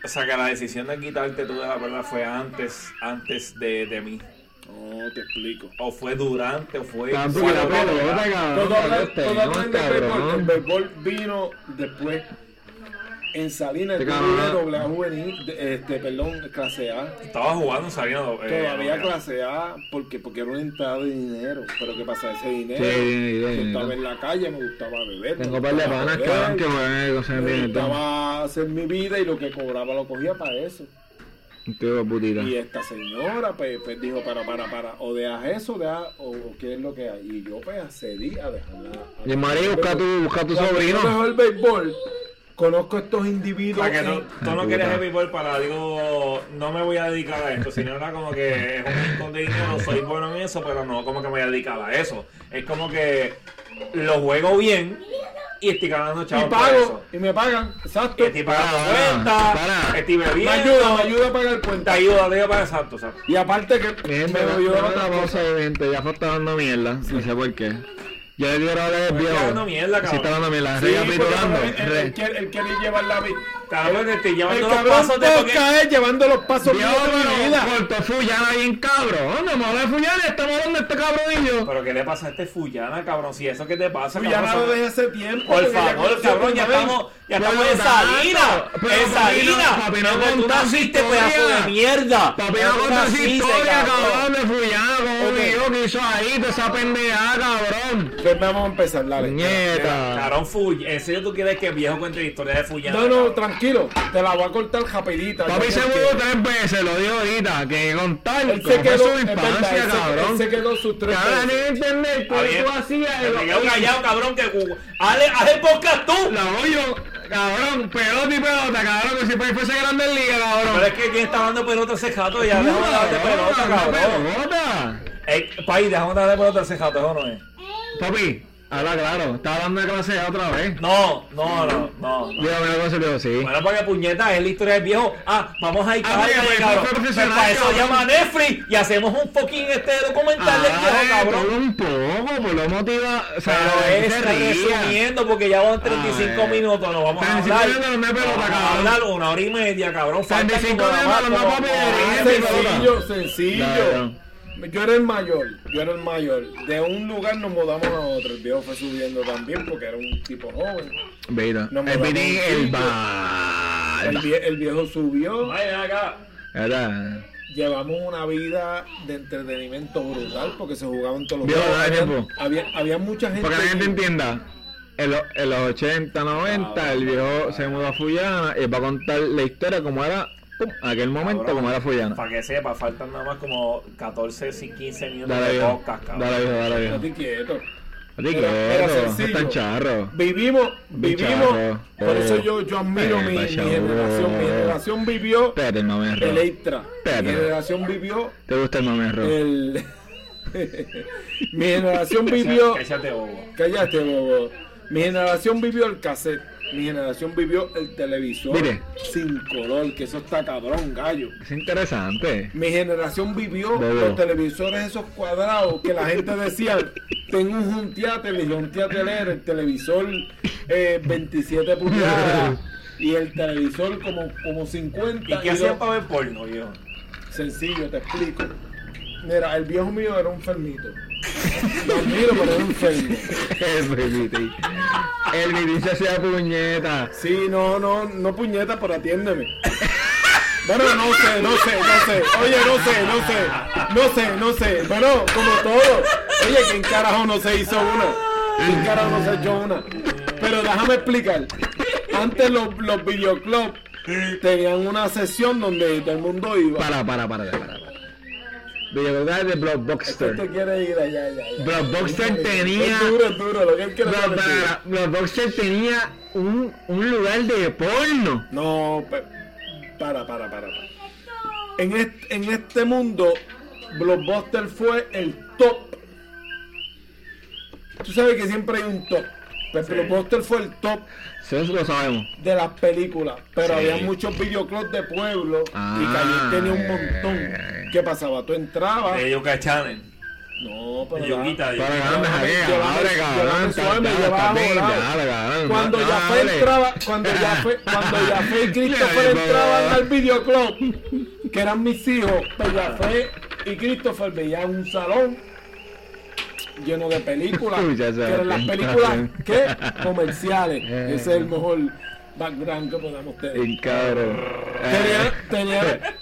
[SPEAKER 1] O sea, que la decisión de quitarte tú de la verdad fue antes, antes de, de mí.
[SPEAKER 2] No, te explico.
[SPEAKER 1] O fue durante, o fue.
[SPEAKER 4] Tampoco
[SPEAKER 1] fue
[SPEAKER 4] la
[SPEAKER 1] ahora.
[SPEAKER 4] pelota, cabrón.
[SPEAKER 2] Todo hablan
[SPEAKER 4] Este,
[SPEAKER 2] todo
[SPEAKER 4] no,
[SPEAKER 2] hablan de béisbol, el
[SPEAKER 4] cabrón.
[SPEAKER 2] béisbol vino después. En Salinas
[SPEAKER 4] Este
[SPEAKER 2] tuve
[SPEAKER 4] cabrón.
[SPEAKER 2] doble A juvenil, de- este, perdón, clase A.
[SPEAKER 1] Estaba jugando sabiendo. eh,
[SPEAKER 2] Todavía
[SPEAKER 1] no,
[SPEAKER 2] clase A, porque, porque era una entrada de dinero. Pero ¿qué pasa? Ese dinero,
[SPEAKER 4] Sí, dinero,
[SPEAKER 2] yo estaba
[SPEAKER 4] dinero.
[SPEAKER 2] en la calle, me gustaba beber. me
[SPEAKER 4] Tengo un par de
[SPEAKER 2] gustaba
[SPEAKER 4] panas,
[SPEAKER 2] beber.
[SPEAKER 4] cabrón, que juegan con ese
[SPEAKER 2] Me
[SPEAKER 4] ambiente.
[SPEAKER 2] gustaba hacer mi vida y lo que cobraba lo cogía para eso.
[SPEAKER 4] Tío, putita.
[SPEAKER 2] Y esta señora pues, pues, dijo, para, para, para, o dejas eso, deja, o, o qué es lo que hay. Y yo pues accedí a dejarla. a-
[SPEAKER 4] Y María, busca a tu, busca a tu
[SPEAKER 2] Cuando Yo dejo
[SPEAKER 4] sobrino.
[SPEAKER 2] el béisbol, conozco a estos individuos.
[SPEAKER 1] Para que no-
[SPEAKER 2] en-
[SPEAKER 1] tú no
[SPEAKER 4] Ah,
[SPEAKER 1] quieres
[SPEAKER 4] puta.
[SPEAKER 1] el béisbol para, digo, no me voy a dedicar a esto, sino era como que es un rincón de dinero, soy bueno en eso, pero no como que me voy a dedicar a eso. Es como que lo juego bien y estoy ganando
[SPEAKER 2] Y
[SPEAKER 1] chavos por
[SPEAKER 2] pago,
[SPEAKER 1] pues, eso.
[SPEAKER 2] y me pagan, exacto.
[SPEAKER 1] Y estoy pagando
[SPEAKER 4] Para,
[SPEAKER 1] cuentas,
[SPEAKER 4] para.
[SPEAKER 1] estoy
[SPEAKER 2] Me
[SPEAKER 1] bebiendo.
[SPEAKER 2] ayuda, me ayuda a pagar el
[SPEAKER 1] Te
[SPEAKER 2] cuenta.
[SPEAKER 1] ayuda, te ayuda para exacto, exacto.
[SPEAKER 2] Y aparte que
[SPEAKER 4] Mi gente,
[SPEAKER 2] me
[SPEAKER 4] no,
[SPEAKER 2] ayuda
[SPEAKER 4] no
[SPEAKER 2] a
[SPEAKER 4] la
[SPEAKER 2] otra cosa.
[SPEAKER 4] pausa de gente, ya fue está dando mierda, no sé por qué. Yo le digo la hora de
[SPEAKER 1] Pues
[SPEAKER 4] viejo.
[SPEAKER 1] está dando mierda,
[SPEAKER 4] Sí,
[SPEAKER 1] cabrón.
[SPEAKER 4] está dando mierda,
[SPEAKER 2] Sí, porque
[SPEAKER 4] recapitulando.
[SPEAKER 2] él- él, él
[SPEAKER 4] re-
[SPEAKER 2] quiere, él quiere llevar la vida.
[SPEAKER 1] Cabrón, pues, te estoy
[SPEAKER 2] El
[SPEAKER 1] llevando los
[SPEAKER 2] cabrón
[SPEAKER 1] pasos de
[SPEAKER 2] toca
[SPEAKER 1] porque-
[SPEAKER 2] es llevando los pasos míos
[SPEAKER 4] Diablo,
[SPEAKER 2] de mi vida.
[SPEAKER 4] corto fullana bien cabrón. No me habla de fullana, estamos hablando de este cabronillo.
[SPEAKER 1] Pero ¿qué le pasa a este Fullana, cabrón? Si eso que te pasa,
[SPEAKER 2] Tú ya
[SPEAKER 1] cabrón,
[SPEAKER 2] no lo
[SPEAKER 1] son-
[SPEAKER 2] dejé hace tiempo.
[SPEAKER 1] Por
[SPEAKER 2] porque ya
[SPEAKER 1] favor,
[SPEAKER 2] conocí a
[SPEAKER 1] cabrón,
[SPEAKER 2] tu
[SPEAKER 1] ya
[SPEAKER 2] madre.
[SPEAKER 1] estamos, ya
[SPEAKER 4] Pero
[SPEAKER 1] estamos en
[SPEAKER 4] tanto,
[SPEAKER 1] salida.
[SPEAKER 4] pero
[SPEAKER 1] En
[SPEAKER 4] papi, no,
[SPEAKER 1] salida.
[SPEAKER 4] papi, no
[SPEAKER 1] Pero tú
[SPEAKER 4] contaste
[SPEAKER 1] naciste,
[SPEAKER 4] historia.
[SPEAKER 1] pedazo de mierda.
[SPEAKER 4] Papi, no contas
[SPEAKER 1] naciste,
[SPEAKER 4] historia, cabrón,
[SPEAKER 1] cabrón.
[SPEAKER 4] de fullana, como
[SPEAKER 2] Ok.
[SPEAKER 4] mi hijo que hizo ahí, de esa pendeja, cabrón.
[SPEAKER 2] Pues vamos a empezar, dale.
[SPEAKER 4] Nieta.
[SPEAKER 1] Cabrón, Full, ¿en serio tú quieres que el viejo cuente la historia de Fullana?
[SPEAKER 2] No, no,
[SPEAKER 1] cabrón?
[SPEAKER 2] tranquilo. Te la voy a cortar rapidita.
[SPEAKER 4] Papi
[SPEAKER 2] ya
[SPEAKER 4] se
[SPEAKER 2] que-
[SPEAKER 4] mudó tres veces, lo digo ahorita, que contar
[SPEAKER 2] Él
[SPEAKER 4] cómo
[SPEAKER 2] se
[SPEAKER 4] fue
[SPEAKER 2] quedó,
[SPEAKER 4] su
[SPEAKER 2] es verdad,
[SPEAKER 4] infancia,
[SPEAKER 2] él se-
[SPEAKER 4] cabrón.
[SPEAKER 2] él se quedó sus tres
[SPEAKER 4] Cabrón,
[SPEAKER 2] veces.
[SPEAKER 4] en internet,
[SPEAKER 1] Está bien.
[SPEAKER 4] tú hacías...
[SPEAKER 1] Pero te quedo callado, cabrón, que haz, haz el podcast tú.
[SPEAKER 4] La hoyo, cabrón, pelota y pelota, cabrón, que si fuese grande liga, cabrón.
[SPEAKER 1] Pero es que quien está hablando pelota ese jato ya. Déjame hablar de pelota, cabrón.
[SPEAKER 4] pelota.
[SPEAKER 1] Ey, país, déjame hablar de pelota ese jato, eso no es.
[SPEAKER 4] Papi, habla claro, está hablando de clase A otra vez.
[SPEAKER 1] No, no, no, no. no.
[SPEAKER 4] Dígame la cosa, le digo, sí.
[SPEAKER 1] Bueno, porque puñeta es la historia del viejo. Ah, vamos a ir
[SPEAKER 4] Ah, porque fue-
[SPEAKER 1] cabrón.
[SPEAKER 4] fue
[SPEAKER 1] Pues
[SPEAKER 4] profesional,
[SPEAKER 1] para eso
[SPEAKER 4] cabrón.
[SPEAKER 1] llama a Netflix y hacemos un fucking este documental del viejo,
[SPEAKER 4] Ah,
[SPEAKER 1] cabrón.
[SPEAKER 4] todo un poco, por lo motiva, o sea,
[SPEAKER 1] Pero
[SPEAKER 4] la gente
[SPEAKER 1] es
[SPEAKER 4] se ría.
[SPEAKER 1] resumiendo porque ya van 35
[SPEAKER 4] A ver.
[SPEAKER 1] minutos, no vamos a
[SPEAKER 4] 35
[SPEAKER 1] hablar.
[SPEAKER 4] minutos no es pelota,
[SPEAKER 1] Vamos a
[SPEAKER 4] cabrón.
[SPEAKER 1] hablar una hora y media, cabrón. Falta
[SPEAKER 4] 35
[SPEAKER 1] como la
[SPEAKER 4] minutos
[SPEAKER 1] más,
[SPEAKER 4] no es
[SPEAKER 1] como-
[SPEAKER 4] papi,
[SPEAKER 1] Ah,
[SPEAKER 4] de
[SPEAKER 1] sí, sí.
[SPEAKER 2] Sencillo, sencillo.
[SPEAKER 4] Claro.
[SPEAKER 2] Yo era el mayor, yo era el mayor. De un lugar nos mudamos a otro. El viejo fue subiendo también porque era un tipo joven.
[SPEAKER 4] Veida,
[SPEAKER 2] No me
[SPEAKER 4] el
[SPEAKER 2] va
[SPEAKER 4] pitín,
[SPEAKER 2] contigo.
[SPEAKER 4] el bar.
[SPEAKER 2] El, vie- el viejo subió.
[SPEAKER 1] Ay, ven acá.
[SPEAKER 4] Era-
[SPEAKER 2] Llevamos una vida de entretenimiento brutal porque se jugaban todos los
[SPEAKER 4] Viejo,
[SPEAKER 2] juegos.
[SPEAKER 4] dale
[SPEAKER 2] Había-
[SPEAKER 4] tiempo.
[SPEAKER 2] Había, había mucha gente.
[SPEAKER 4] Para que la gente
[SPEAKER 2] que-
[SPEAKER 4] entienda, en, lo- en los 80, 90, el viejo se mudó a Fullana y va a contar la historia como era pum, aquel momento,
[SPEAKER 1] Cabrón.
[SPEAKER 4] como era Fullana.
[SPEAKER 1] Para que sepa, faltan nada más como 14, sí, 15 minutos
[SPEAKER 4] Dale
[SPEAKER 1] de
[SPEAKER 4] viejo,
[SPEAKER 1] podcast, cabrón.
[SPEAKER 4] dale viejo, dale viejo.
[SPEAKER 2] Estate quieto.
[SPEAKER 4] A ti
[SPEAKER 2] Era- era
[SPEAKER 4] quiero, no
[SPEAKER 2] sencillo.
[SPEAKER 4] están charros.
[SPEAKER 2] Vivimos, vivimos.
[SPEAKER 4] Bicharro.
[SPEAKER 2] Por
[SPEAKER 4] Eh,
[SPEAKER 2] eso yo, yo admiro
[SPEAKER 4] eh,
[SPEAKER 2] mi, mi
[SPEAKER 4] bacharro.
[SPEAKER 2] generación. Mi generación vivió
[SPEAKER 4] Espérate el mame
[SPEAKER 2] el
[SPEAKER 4] rojo.
[SPEAKER 2] extra. Mi
[SPEAKER 4] Pedro.
[SPEAKER 2] generación vivió
[SPEAKER 4] ¿Te gusta el mame rojo?
[SPEAKER 2] el. mi generación vivió.
[SPEAKER 1] Cállate, bobo.
[SPEAKER 2] Cállate, bobo. Mi generación vivió el cassette. Mi generación vivió el televisor
[SPEAKER 4] Mire.
[SPEAKER 2] sin color, que eso está cabrón, gallo.
[SPEAKER 4] Es interesante.
[SPEAKER 2] Mi generación vivió
[SPEAKER 4] Bobo.
[SPEAKER 2] los televisores esos cuadrados que la gente decía, tengo un Huntiatel y el Huntiatel era el televisor eh, 27 pulgadas y el televisor como, como 50.
[SPEAKER 1] ¿Y qué
[SPEAKER 2] y
[SPEAKER 1] hacían
[SPEAKER 2] lo-
[SPEAKER 1] para ver porno, viejo?
[SPEAKER 2] Sencillo, te explico. Mira, el viejo mío era un fermito. Lo admiro, pero era un enfermo.
[SPEAKER 4] El pitín. El pitín se hacía puñeta.
[SPEAKER 2] Sí, no, no, no puñeta, pero atiéndeme. Bueno, no sé, no sé, no sé. Oye, no sé, no sé. No sé, no sé. Bueno, como todo. Oye, ¿quién carajo no se hizo una? ¿Quién carajo no se echó una? Pero déjame explicar. Antes los, los videoclubs tenían una sesión donde todo el mundo iba.
[SPEAKER 4] Para, para, para, para. para. Videojuegos de
[SPEAKER 2] Este te
[SPEAKER 4] Blockbuster.
[SPEAKER 2] quiere ir allá, allá, allá.
[SPEAKER 4] Blockbuster tenía.
[SPEAKER 2] Es duro, es duro, lo que él quiere es
[SPEAKER 4] Bro-
[SPEAKER 2] decir.
[SPEAKER 4] para- Blockbuster tenía un, un lugar de porno.
[SPEAKER 2] No, pe- para, para, para. para. En, este, en este mundo, Blockbuster fue el top. Tú sabes que siempre hay un top. Pero Blockbuster fue el top
[SPEAKER 4] Eso lo sabemos.
[SPEAKER 2] de las películas. Pero
[SPEAKER 4] Sí.
[SPEAKER 2] había muchos videoclubs de pueblo y
[SPEAKER 4] Ah,
[SPEAKER 2] Calle tenía un
[SPEAKER 4] eh.
[SPEAKER 2] montón. ¿Qué pasaba? Tú entrabas.
[SPEAKER 1] De Eh, Yuka Channel.
[SPEAKER 2] No,
[SPEAKER 1] De
[SPEAKER 2] pero.
[SPEAKER 1] Yuquita, de
[SPEAKER 4] Para
[SPEAKER 1] Yuquita.
[SPEAKER 4] cabrón, me
[SPEAKER 2] Llévame,
[SPEAKER 4] jalea, abre
[SPEAKER 2] llévame,
[SPEAKER 4] cabrón,
[SPEAKER 2] suave, me
[SPEAKER 4] está-
[SPEAKER 2] llevaba
[SPEAKER 4] está bien,
[SPEAKER 2] volado.
[SPEAKER 4] dale, cabrón,
[SPEAKER 2] Cuando
[SPEAKER 4] no,
[SPEAKER 2] Jafé
[SPEAKER 4] dale.
[SPEAKER 2] entraba, cuando Jafé, cuando Jafé y Christopher
[SPEAKER 4] Dale, por
[SPEAKER 2] entraban
[SPEAKER 4] favor.
[SPEAKER 2] al videoclub, que eran mis hijos, pues Jafé y Christopher veían un salón lleno de películas,
[SPEAKER 4] Uy,
[SPEAKER 2] que
[SPEAKER 4] ya sabes,
[SPEAKER 2] eran las
[SPEAKER 4] está
[SPEAKER 2] películas
[SPEAKER 4] bien.
[SPEAKER 2] que comerciales. Ese es el mejor background que podamos tener.
[SPEAKER 4] El Ah, cabrón.
[SPEAKER 1] Eh.
[SPEAKER 2] Tenía- tenía-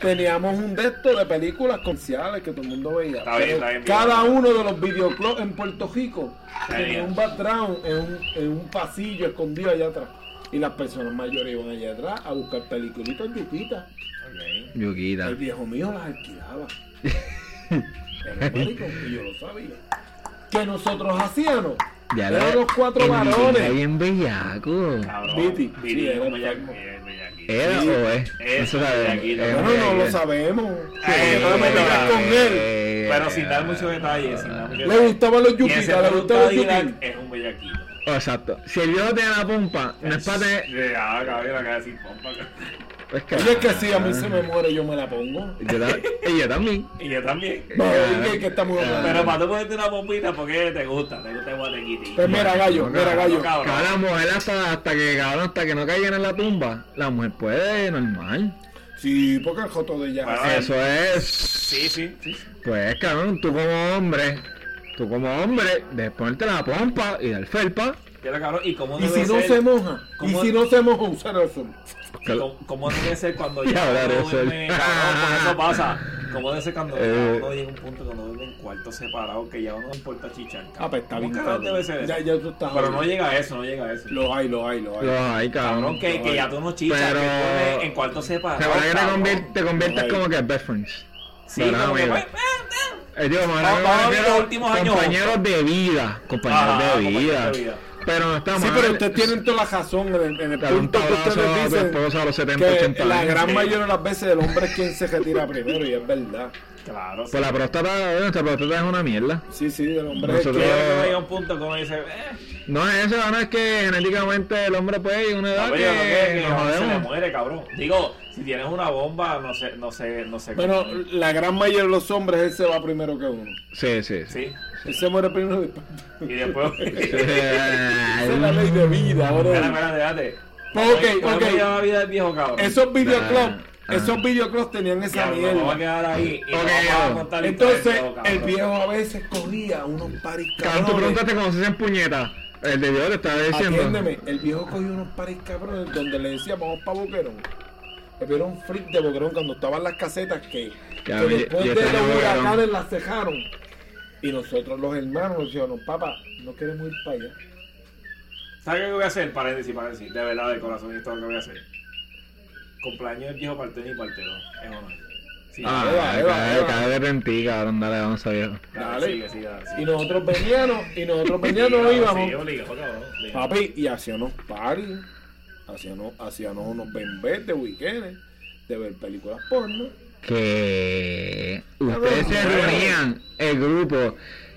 [SPEAKER 2] teníamos un de estos de películas comerciales que todo el mundo veía.
[SPEAKER 1] Está bien,
[SPEAKER 2] Pero
[SPEAKER 1] está bien,
[SPEAKER 2] cada
[SPEAKER 1] bien.
[SPEAKER 2] uno de los videoclubs en Puerto Rico tenía
[SPEAKER 1] bien.
[SPEAKER 2] un background en un, en un pasillo escondido allá atrás. Y las personas mayores iban allá atrás a buscar peliculitas en yuquita.
[SPEAKER 1] Ok.
[SPEAKER 4] Yuquita.
[SPEAKER 2] El viejo mío las alquilaba. Era un marico, y yo lo sabía. Que nosotros hacíamos.
[SPEAKER 4] Ya
[SPEAKER 2] Eran
[SPEAKER 4] lo-
[SPEAKER 2] los cuatro
[SPEAKER 4] el Yuquita
[SPEAKER 2] varones.
[SPEAKER 4] bien bellaco.
[SPEAKER 1] Cabrón.
[SPEAKER 2] Viti.
[SPEAKER 1] Viti,
[SPEAKER 2] Sí,
[SPEAKER 1] era
[SPEAKER 2] era
[SPEAKER 1] un bellaco,
[SPEAKER 2] enfermo.
[SPEAKER 1] era un bellaquito.
[SPEAKER 4] ¿Era o es?
[SPEAKER 1] Eso,
[SPEAKER 4] Eso sabemos,
[SPEAKER 1] Yuquita.
[SPEAKER 4] es
[SPEAKER 2] Bueno,
[SPEAKER 4] un
[SPEAKER 2] no lo
[SPEAKER 4] bellaco.
[SPEAKER 2] sabemos.
[SPEAKER 1] Eh,
[SPEAKER 2] no me metas con él.
[SPEAKER 4] Eh,
[SPEAKER 1] Pero sin dar muchos detalles, sin dar muchos
[SPEAKER 2] Le
[SPEAKER 1] detalles.
[SPEAKER 2] gustaban los
[SPEAKER 1] Y ese
[SPEAKER 2] yuquitas, le
[SPEAKER 1] producto
[SPEAKER 2] gustaban los
[SPEAKER 1] Adidas
[SPEAKER 2] yuquitas.
[SPEAKER 1] Es un bellaquito.
[SPEAKER 4] Exacto. Si el viejo tiene la pompa, no es para tener.
[SPEAKER 1] Sí, ah, cabrón, acá de sin pompa.
[SPEAKER 4] Pues que.
[SPEAKER 2] Oye, es que si a mí se me muere, yo me la pongo.
[SPEAKER 4] Yo ta- y yo también.
[SPEAKER 1] Y yo también.
[SPEAKER 2] No, dije que estamos
[SPEAKER 1] Pero para tú ponerte una pompita, porque te gusta? Te gusta el guatequiti.
[SPEAKER 2] Pues mira, gallo, mira, gallo.
[SPEAKER 1] Cabrón.
[SPEAKER 4] Cabrón, la mujer hasta, hasta que cabrón, hasta que no caigan en la tumba, la mujer puede normal.
[SPEAKER 2] Sí, porque el joto de ella.
[SPEAKER 1] Bueno,
[SPEAKER 4] Eso es.
[SPEAKER 1] Sí, sí, sí. sí.
[SPEAKER 4] Pues cabrón, tú como hombre, tú como hombre, de ponerte la pompa y dar felpa.
[SPEAKER 1] Mira, cabrón, ¿y cómo
[SPEAKER 2] Y
[SPEAKER 1] debe
[SPEAKER 2] si no
[SPEAKER 1] ser?
[SPEAKER 2] se moja, y
[SPEAKER 1] ¿Cómo-
[SPEAKER 2] si no se moja, usar el sol.
[SPEAKER 1] ¿Cómo, cómo debe ser cuando
[SPEAKER 4] Y
[SPEAKER 1] ya
[SPEAKER 4] hablar
[SPEAKER 1] uno
[SPEAKER 4] eso.
[SPEAKER 1] duerme? Cabrón, por eso pasa. ¿Cómo debe ser cuando ya
[SPEAKER 4] Eh.
[SPEAKER 1] uno llega a un punto que uno duerme en cuartos separados que ya uno no importa chichar? cabrón?
[SPEAKER 2] Ah, pues está
[SPEAKER 1] ¿Cómo
[SPEAKER 2] bien.
[SPEAKER 1] carajo debe ser
[SPEAKER 2] Ya,
[SPEAKER 1] eso?
[SPEAKER 2] ya tú estás.
[SPEAKER 1] Pero no
[SPEAKER 2] jodido.
[SPEAKER 1] llega a eso, no llega a eso.
[SPEAKER 2] Lo hay, lo hay, lo hay.
[SPEAKER 4] Los hay, cabrón.
[SPEAKER 1] Cabrón, que, que ya tú no chichas,
[SPEAKER 4] Pero-
[SPEAKER 1] que duermes en cuartos
[SPEAKER 4] Se
[SPEAKER 1] separados.
[SPEAKER 4] vale que te,
[SPEAKER 1] cabrón.
[SPEAKER 4] convier- te conviertas como que best friends.
[SPEAKER 1] Sí,
[SPEAKER 4] Pero
[SPEAKER 1] como que,
[SPEAKER 4] amigo.
[SPEAKER 1] pues, eh, eh.
[SPEAKER 4] Eh, digo,
[SPEAKER 1] Vamos,
[SPEAKER 4] me refiero-
[SPEAKER 1] vamos a
[SPEAKER 4] me
[SPEAKER 1] ver
[SPEAKER 4] refiero
[SPEAKER 1] los últimos años.
[SPEAKER 4] Compañeros de vida. Compañeros
[SPEAKER 1] Ajá,
[SPEAKER 4] de vida.
[SPEAKER 1] compañeros de vida.
[SPEAKER 4] Pero no está
[SPEAKER 2] Sí,
[SPEAKER 4] mal.
[SPEAKER 2] pero ustedes tienen toda la razón en el, en el
[SPEAKER 4] Dar un
[SPEAKER 2] punto que
[SPEAKER 4] tabazo a tu
[SPEAKER 2] ustedes dicen.
[SPEAKER 4] esposa a los 70, 80
[SPEAKER 2] Que la
[SPEAKER 4] años.
[SPEAKER 2] gran
[SPEAKER 1] Sí.
[SPEAKER 2] mayoría de las veces el hombre es quien se retira primero, y es verdad.
[SPEAKER 1] Claro, sí.
[SPEAKER 4] Pues la próstata, eh, nuestra próstata es una mierda.
[SPEAKER 2] Sí, sí, el hombre es
[SPEAKER 4] Nosotros-
[SPEAKER 1] Llega
[SPEAKER 2] quien.
[SPEAKER 1] que llega un punto que uno dice, eh,
[SPEAKER 4] No es eso, no es que genéticamente el hombre puede ir a una edad
[SPEAKER 1] cabrón,
[SPEAKER 4] que,
[SPEAKER 1] yo creo que
[SPEAKER 4] nos
[SPEAKER 1] cabrón, se le
[SPEAKER 4] jodemos.
[SPEAKER 1] muere, cabrón. Digo, si tienes una bomba, no sé, no sé, no sé.
[SPEAKER 2] Bueno, la gran mayoría de los hombres, él se va primero que uno.
[SPEAKER 4] Sí, sí, sí.
[SPEAKER 1] sí.
[SPEAKER 2] Él se muere primero y después.
[SPEAKER 1] Y después. Espérate,
[SPEAKER 4] Eh,
[SPEAKER 2] Esa es la ley de vida, bro.
[SPEAKER 1] espérate, espérate.
[SPEAKER 2] Ok,
[SPEAKER 1] ¿Cómo
[SPEAKER 2] ok.
[SPEAKER 1] se llama la vida del viejo cabrón?
[SPEAKER 2] Esos videoclubs,
[SPEAKER 4] Ah,
[SPEAKER 2] esos videoclubs tenían
[SPEAKER 1] Ya,
[SPEAKER 2] esa
[SPEAKER 1] nos vamos a
[SPEAKER 2] mierda.
[SPEAKER 1] quedar ahí y nos
[SPEAKER 4] Ok,
[SPEAKER 1] vamos a
[SPEAKER 4] ok.
[SPEAKER 1] contar la historia del
[SPEAKER 2] Entonces, el
[SPEAKER 1] cabrón.
[SPEAKER 2] viejo a veces cogía unos paris
[SPEAKER 4] Cabrón, tú
[SPEAKER 2] cabrones.
[SPEAKER 4] preguntaste cómo se hacen puñetas. El de Dios le estaba diciendo.
[SPEAKER 2] Atiéndeme, el viejo cogía unos paris cabrones donde le decía, vamos pa' Boquerón. Pero era un flip de Boquerón cuando estaban las casetas que, que
[SPEAKER 4] Ya, ya-
[SPEAKER 2] después
[SPEAKER 4] ya
[SPEAKER 2] de
[SPEAKER 4] está
[SPEAKER 2] los
[SPEAKER 4] Boquerón.
[SPEAKER 2] huracanes las cejaron. Y nosotros los hermanos nos dijeron, papá, no queremos ir para allá.
[SPEAKER 1] ¿Sabes qué voy a hacer? Paréntesis, paréntesis. De verdad, de corazón, esto es lo que voy a hacer. Cumpleaños del viejo parte uno y parte dos. Es honor. Sí,
[SPEAKER 4] Ah,
[SPEAKER 2] Eva, Eva,
[SPEAKER 4] cae-
[SPEAKER 2] Eva.
[SPEAKER 4] cae de en ti, cabrón. Dale, vamos a viejo.
[SPEAKER 1] dale,
[SPEAKER 2] dale.
[SPEAKER 1] sigue, sigue, dale, sigue.
[SPEAKER 2] Y nosotros veníamos, y nosotros veníamos,
[SPEAKER 1] Sí,
[SPEAKER 2] íbamos.
[SPEAKER 1] sí, obligado, cabrón, obligado.
[SPEAKER 2] Papi, y hacíamos party, hacíamos, hacíamos unos bembés de weekendes, de ver películas porno.
[SPEAKER 4] Que
[SPEAKER 2] Ah,
[SPEAKER 4] ustedes se
[SPEAKER 2] Cabrón.
[SPEAKER 4] reunían el grupo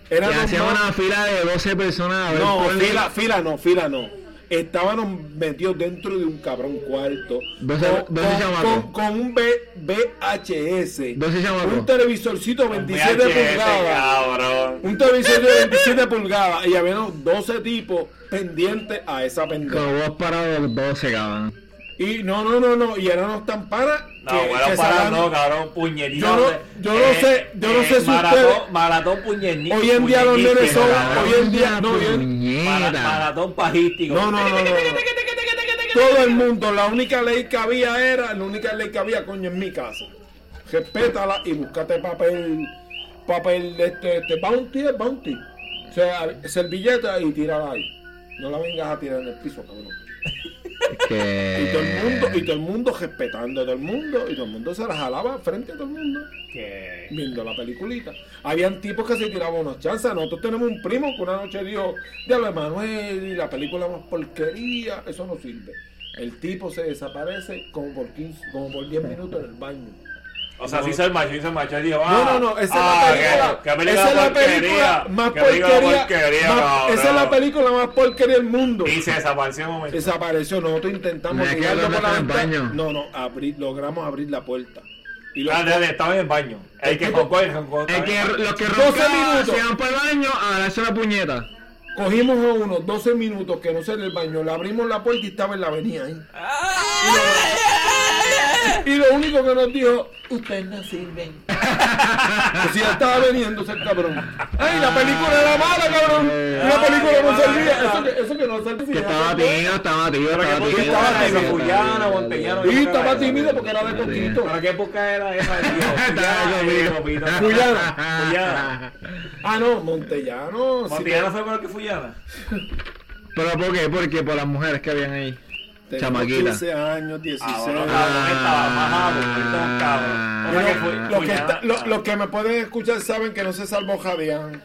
[SPEAKER 2] Era
[SPEAKER 4] y hacían
[SPEAKER 2] normal.
[SPEAKER 4] una fila de 12 personas a ver
[SPEAKER 2] No,
[SPEAKER 4] porno.
[SPEAKER 2] fila, fila no, fila no. Estábamos metidos dentro de un cabrón cuarto.
[SPEAKER 4] Doce-
[SPEAKER 2] con,
[SPEAKER 4] doce
[SPEAKER 2] con-
[SPEAKER 4] chamacos.
[SPEAKER 2] con- con un B- VHS.
[SPEAKER 4] Doce chamacos.
[SPEAKER 2] Un televisorcito 27
[SPEAKER 1] VHS,
[SPEAKER 2] pulgadas.
[SPEAKER 1] cabrón.
[SPEAKER 2] Un televisor de 27 pulgadas. Y había unos 12 tipos pendientes a esa pendeja.
[SPEAKER 4] Con vos parado los 12, cabrón.
[SPEAKER 2] Y no, no, no, no. Y eran unos tan paras
[SPEAKER 1] No,
[SPEAKER 2] que-
[SPEAKER 1] bueno,
[SPEAKER 2] que
[SPEAKER 1] para
[SPEAKER 2] sacaban-
[SPEAKER 1] no, cabrón, puñetito.
[SPEAKER 2] Yo no- yo no sé- yo no sé si
[SPEAKER 1] maratón,
[SPEAKER 2] ustedes-
[SPEAKER 1] Maratón puñetito.
[SPEAKER 2] Hoy en día los nenes son-
[SPEAKER 1] cabrón.
[SPEAKER 2] hoy en día- no,
[SPEAKER 4] Puñeta.
[SPEAKER 1] Mara- maratón pajístico.
[SPEAKER 2] No, no, no, no, no. Todo el mundo, la única ley que había era, la única ley que había, coño, en mi casa. Respétala y búscate papel papel de este, este bounty es bounty. O sea, servilleta y tirarla ahí. No la vengas a tirar en el piso, cabrón.
[SPEAKER 4] Que...
[SPEAKER 2] Y todo el mundo, y todo el mundo respetando a todo el mundo, y todo el mundo se las jalaba frente a todo el mundo,
[SPEAKER 1] Que.
[SPEAKER 2] viendo la peliculita. Habían tipos que se tiraban unos chanzas. Nosotros tenemos un primo que una noche dijo, diablo Emanuel, y la película más porquería, eso no sirve. El tipo se desaparece como por 15, como por 10 minutos en el baño.
[SPEAKER 1] O sea, sí hizo el macho, hizo el macho. Él dijo, ah,
[SPEAKER 2] No, no, no, esa
[SPEAKER 1] ah,
[SPEAKER 2] es la película.
[SPEAKER 1] que- que película
[SPEAKER 2] esa es la
[SPEAKER 1] porquería,
[SPEAKER 2] película más
[SPEAKER 1] que película
[SPEAKER 2] porquería. más-
[SPEAKER 1] cabrón.
[SPEAKER 2] esa es la película más porquería del mundo.
[SPEAKER 1] Y se desapareció un momento.
[SPEAKER 2] Desapareció, nosotros intentamos
[SPEAKER 4] Me quedo
[SPEAKER 2] tirarlo por la
[SPEAKER 4] en el
[SPEAKER 2] ventana.
[SPEAKER 4] baño.
[SPEAKER 2] No, no, abrir, logramos abrir la puerta. Y los
[SPEAKER 1] Ah, dale, estaba en el baño. El que joncó, el joncó.
[SPEAKER 4] El
[SPEAKER 1] estaba en
[SPEAKER 4] que,
[SPEAKER 1] el baño.
[SPEAKER 4] los que
[SPEAKER 2] 12
[SPEAKER 4] roncaban
[SPEAKER 2] minutos.
[SPEAKER 4] se iban para el baño a darse la puñeta.
[SPEAKER 2] cogimos a uno 12 minutos que no sé en el baño, le abrimos la puerta y estaba en la avenida ahí. Y lo único que nos dijo, ustedes no sirven. Pues si ya estaba veniéndose el cabrón. Ay, la película era mala, cabrón. La película no servía. Eso que, eso que no servía.
[SPEAKER 4] Que estaba tímido, estaba tímido,
[SPEAKER 1] Pero que
[SPEAKER 4] estaba
[SPEAKER 1] porque
[SPEAKER 4] tímido.
[SPEAKER 1] estaba
[SPEAKER 4] tímido,
[SPEAKER 1] tímido, cuyano,
[SPEAKER 4] tímido.
[SPEAKER 1] monteñano.
[SPEAKER 2] Y estaba tímido porque era de coquito.
[SPEAKER 1] ¿Para qué época era esa?
[SPEAKER 4] Estaba conmigo.
[SPEAKER 2] Cuyana.
[SPEAKER 1] Fullana.
[SPEAKER 2] Ah, no, Montellano. sí.
[SPEAKER 1] Montellano fue con el que Fullana.
[SPEAKER 4] ¿Pero por qué? Porque por las mujeres que habían ahí.
[SPEAKER 2] Tenía
[SPEAKER 4] Chamaquita. Ah,
[SPEAKER 2] 15 años, 16.
[SPEAKER 1] Ahora, Ah, cabrón, estaba majado, estaba un cabrón. O sea que fue-
[SPEAKER 2] Los que,
[SPEAKER 1] Fullana-
[SPEAKER 2] está- lo- los que me pueden escuchar saben que no se salvó Jadeán,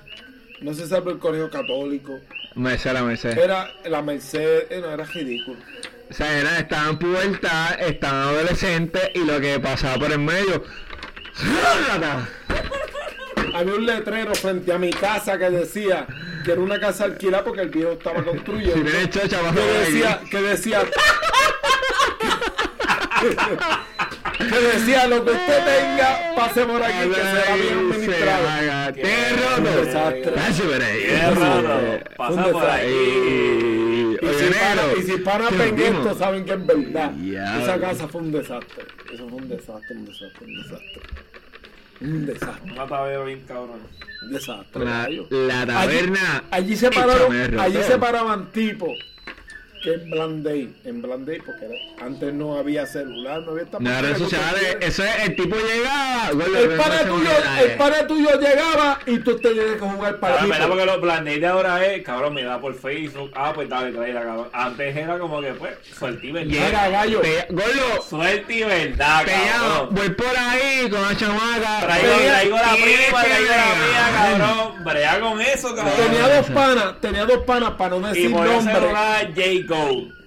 [SPEAKER 2] no se salvó el colegio católico,
[SPEAKER 4] Mercera, Merced.
[SPEAKER 2] era la Merced, eh, no, era ridículo.
[SPEAKER 4] O sea, era, estaban en pubertad, estaban adolescentes y lo que pasaba por el medio. ¡rágata!
[SPEAKER 2] Había un letrero frente a mi casa que decía que era una casa alquilada porque el viejo estaba
[SPEAKER 4] Si
[SPEAKER 2] construyendo.
[SPEAKER 4] tienes chocha, vas a
[SPEAKER 2] Que
[SPEAKER 4] ver
[SPEAKER 2] decía,
[SPEAKER 4] aquí.
[SPEAKER 2] que decía, que decía lo que usted tenga, pase por aquí que será bien
[SPEAKER 4] Ay, se
[SPEAKER 2] administrado.
[SPEAKER 4] haga
[SPEAKER 2] Un
[SPEAKER 4] Terroto.
[SPEAKER 2] desastre.
[SPEAKER 4] Pase por ahí.
[SPEAKER 1] Qué raro.
[SPEAKER 4] Eh,
[SPEAKER 1] Pasa
[SPEAKER 2] un
[SPEAKER 1] por ahí.
[SPEAKER 4] Ey,
[SPEAKER 2] Y
[SPEAKER 4] oye,
[SPEAKER 2] si, para,
[SPEAKER 4] negro,
[SPEAKER 2] y si paran
[SPEAKER 4] ¿qué
[SPEAKER 2] en
[SPEAKER 4] hicimos?
[SPEAKER 2] esto, saben que es verdad.
[SPEAKER 4] Ya.
[SPEAKER 2] Esa casa fue un desastre. Eso fue un desastre, un desastre, un desastre. Un desastre,
[SPEAKER 1] Un matadero bien cabrón.
[SPEAKER 2] un desastre.
[SPEAKER 4] La,
[SPEAKER 2] gallo.
[SPEAKER 4] la taberna.
[SPEAKER 2] Allí se
[SPEAKER 4] Échame
[SPEAKER 2] pararon,
[SPEAKER 4] el
[SPEAKER 2] allí
[SPEAKER 4] roteo.
[SPEAKER 2] se paraban tipos que en Blandey, en Blandey, porque era- antes no había celular, no había esta
[SPEAKER 4] No, redes sociales. Eso es, el tipo llegaba. güey,
[SPEAKER 2] El
[SPEAKER 4] lo
[SPEAKER 2] pana
[SPEAKER 4] vemos en
[SPEAKER 2] tuyo,
[SPEAKER 4] celulares.
[SPEAKER 2] el pana tuyo llegaba y tú tenías que jugar para
[SPEAKER 1] Ahora, en verdad, Ah, porque los planes de ahora es, cabrón, me da por Facebook. Ah, pues dale, tráela, cabrón. Antes era como que, pues, suerte y verdad.
[SPEAKER 2] Mira, gallo.
[SPEAKER 4] Pe- Gordo,
[SPEAKER 1] Suerte y verdad,
[SPEAKER 4] te llamo,
[SPEAKER 1] cabrón.
[SPEAKER 4] voy por ahí con la chamaca.
[SPEAKER 1] Traigo,
[SPEAKER 4] Ve,
[SPEAKER 1] traigo la
[SPEAKER 4] tienes
[SPEAKER 1] prima,
[SPEAKER 4] que
[SPEAKER 1] traigo la mía,
[SPEAKER 4] bregar.
[SPEAKER 1] cabrón. Brea con eso,
[SPEAKER 2] Tenía
[SPEAKER 4] Ah,
[SPEAKER 1] cabrón.
[SPEAKER 2] dos panas, tenía dos panas para no
[SPEAKER 1] Y
[SPEAKER 2] decir
[SPEAKER 1] por eso
[SPEAKER 2] nombre.
[SPEAKER 1] era J-Go.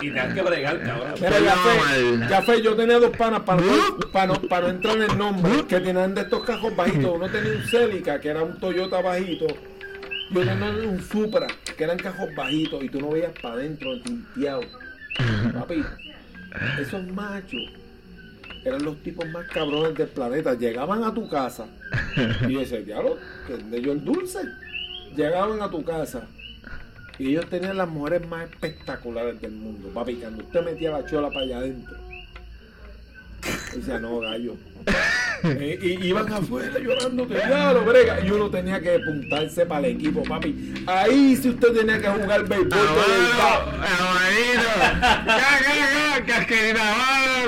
[SPEAKER 1] Y te has que bregar, cabrón.
[SPEAKER 2] Mira, ya
[SPEAKER 4] No,
[SPEAKER 2] fue,
[SPEAKER 4] mal.
[SPEAKER 2] ya fue, yo tenía dos panas para no, para no- para no entrar en el nombre, que tenían de estos cajos bajitos. Uno tenía un Celica, que era un Toyota bajito. Yo tenía un Supra, que eran cajos bajitos, y tú no veías para adentro, tinteado. Papi, esos machos eran los tipos más cabrones del planeta. Llegaban a tu casa, y yo decía, diablo, que de yo el dulce. Llegaban a tu casa, y ellos tenían las mujeres más espectaculares del mundo. Papi, cuando usted metía la chola para allá adentro. Decía, no, gallo. Eh, y iban afuera llorando, que diablo, brega. Y uno tenía que apuntarse para el equipo, papi. Ahí si usted tenía que jugar béisbol
[SPEAKER 1] Ah,
[SPEAKER 2] de verdad.
[SPEAKER 4] Abuelo, abuelito. Ca, ca, ca, casquerita, abuelo,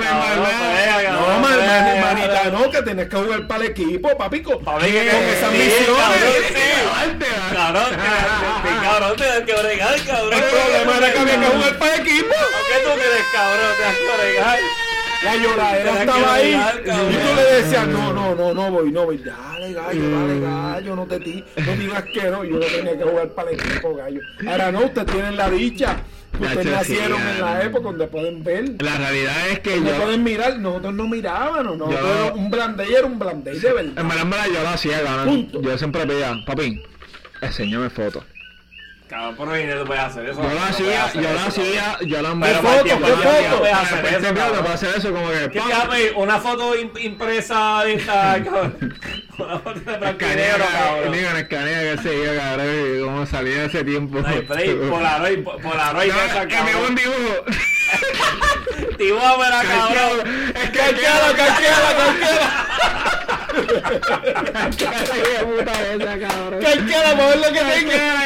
[SPEAKER 1] Cabrón,
[SPEAKER 4] la embarrada.
[SPEAKER 1] brega,
[SPEAKER 2] No,
[SPEAKER 1] cabrón,
[SPEAKER 2] man-
[SPEAKER 1] brega,
[SPEAKER 2] man-
[SPEAKER 1] cabrón.
[SPEAKER 2] manita, no, que tenés que jugar para el equipo, papi. Con,
[SPEAKER 1] Pa'
[SPEAKER 2] con
[SPEAKER 1] ver que-
[SPEAKER 2] esas
[SPEAKER 1] sí,
[SPEAKER 2] misiones.
[SPEAKER 1] cabrón, sí.
[SPEAKER 4] Aguante, va.
[SPEAKER 1] Cabrón, te te- cabrón, te das que bregar, cabrón.
[SPEAKER 2] El problema era que había que jugar para el equipo.
[SPEAKER 1] ¿Por qué tú crees, cabrón? Te das que bregar.
[SPEAKER 2] La lloradera
[SPEAKER 1] Tenés que
[SPEAKER 2] estaba ahí.
[SPEAKER 1] bregar, cabrón.
[SPEAKER 2] Y tú le decías, no, no, no, no voy, no voy. Dale, gallo, dale, gallo, no te ti- no digas que no. Yo no tenía que jugar para el equipo, gallo. Ahora no, ustedes tienen la dicha. Ustedes
[SPEAKER 4] Nacho,
[SPEAKER 2] nacieron
[SPEAKER 4] sí,
[SPEAKER 2] en
[SPEAKER 4] ya.
[SPEAKER 2] la época donde pueden ver.
[SPEAKER 4] La realidad es que
[SPEAKER 2] No
[SPEAKER 4] yo.
[SPEAKER 2] pueden mirar, nosotros no mirábamos, no,
[SPEAKER 4] Yo-
[SPEAKER 2] era un blandey era un blandey de verdad.
[SPEAKER 4] En verdad, en verdad, yo lo hacía, cabrón.
[SPEAKER 2] Punto.
[SPEAKER 4] Yo siempre pedía, papi, enséñame foto.
[SPEAKER 1] Cabrón, por dinero tú puedes hacer eso.
[SPEAKER 4] Yo lo
[SPEAKER 1] Ah, no
[SPEAKER 4] hacía,
[SPEAKER 1] puedes hacer
[SPEAKER 4] yo lo
[SPEAKER 1] eso, cabrón.
[SPEAKER 4] hacía, yo lo
[SPEAKER 1] Pero
[SPEAKER 2] foto,
[SPEAKER 1] Martín,
[SPEAKER 2] qué
[SPEAKER 1] no puedes
[SPEAKER 2] foto.
[SPEAKER 1] hacer
[SPEAKER 4] Después
[SPEAKER 1] eso,
[SPEAKER 4] te hablo,
[SPEAKER 1] cabrón.
[SPEAKER 4] para hacer eso como que
[SPEAKER 1] ¿Qué te
[SPEAKER 4] ¡pam!
[SPEAKER 1] vas a pedir? Una foto im- impresa de esta, cabrón. Una foto de blanco y negro,
[SPEAKER 4] Escanea,
[SPEAKER 1] cabrón.
[SPEAKER 4] digo, en escanea, qué sé yo, cabrón, cómo salía de ese tiempo.
[SPEAKER 1] No hay break, Polaroid, po- Polaroid,
[SPEAKER 4] No,
[SPEAKER 1] esa,
[SPEAKER 4] que me hubo un
[SPEAKER 1] cabrón.
[SPEAKER 4] dibujo.
[SPEAKER 1] Activámela, cabrón.
[SPEAKER 4] Es que quiero, que puta esa, cabrón.
[SPEAKER 2] Que hay que mover lo que tenga.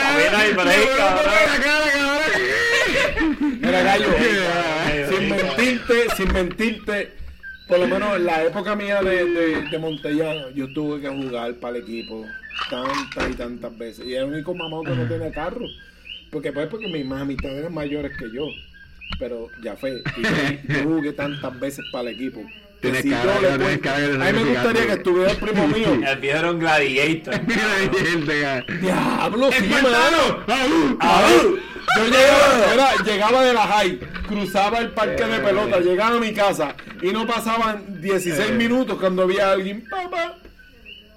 [SPEAKER 1] Papi, no hay break, cabrón.
[SPEAKER 2] Mira, gallo,
[SPEAKER 1] Sí,
[SPEAKER 2] sin
[SPEAKER 1] sí,
[SPEAKER 2] mentirte, sin mentirte, por lo menos en la época mía de, de, de Montellano, yo tuve que jugar para el equipo tantas y tantas veces. Y era el único mamón que no tenía carro. Porque pues porque mis más amistades eran mayores que yo. Pero ya fue. Y yo, yo jugué tantas veces para el equipo. Que
[SPEAKER 4] Tienes
[SPEAKER 2] si
[SPEAKER 4] cara,
[SPEAKER 2] yo le
[SPEAKER 4] tienes
[SPEAKER 2] cuento-
[SPEAKER 4] cara de
[SPEAKER 2] a mí me gustaría que
[SPEAKER 4] gigante.
[SPEAKER 2] estuviera el primo mío.
[SPEAKER 1] El viejo era un gladiator.
[SPEAKER 2] Diablo, sí, mano.
[SPEAKER 4] ¡Espartano! ¡Aú!
[SPEAKER 2] Aú. Yo llegaba, era- llegaba de la high, cruzaba el parque de pelota, llegaba a mi casa y no pasaban 16 minutos cuando había alguien. Papá,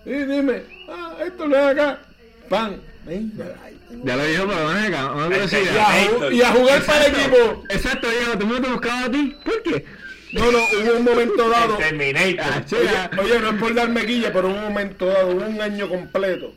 [SPEAKER 2] y dime, ah, esto lo es acá. Pan. Venga, ay,
[SPEAKER 4] Ya lo dijo, pero no es acá.
[SPEAKER 2] Y a,
[SPEAKER 4] Una curiosidad.
[SPEAKER 2] ju- y a jugar para el equipo.
[SPEAKER 4] Exacto, Diego, todo el mundo te buscaba a ti. ¿Por qué?
[SPEAKER 2] No, no, hubo un momento dado.
[SPEAKER 4] Ah,
[SPEAKER 1] Terminator.
[SPEAKER 4] chica.
[SPEAKER 2] Oye, no es por darme guilla, pero hubo un momento dado, hubo un año completo.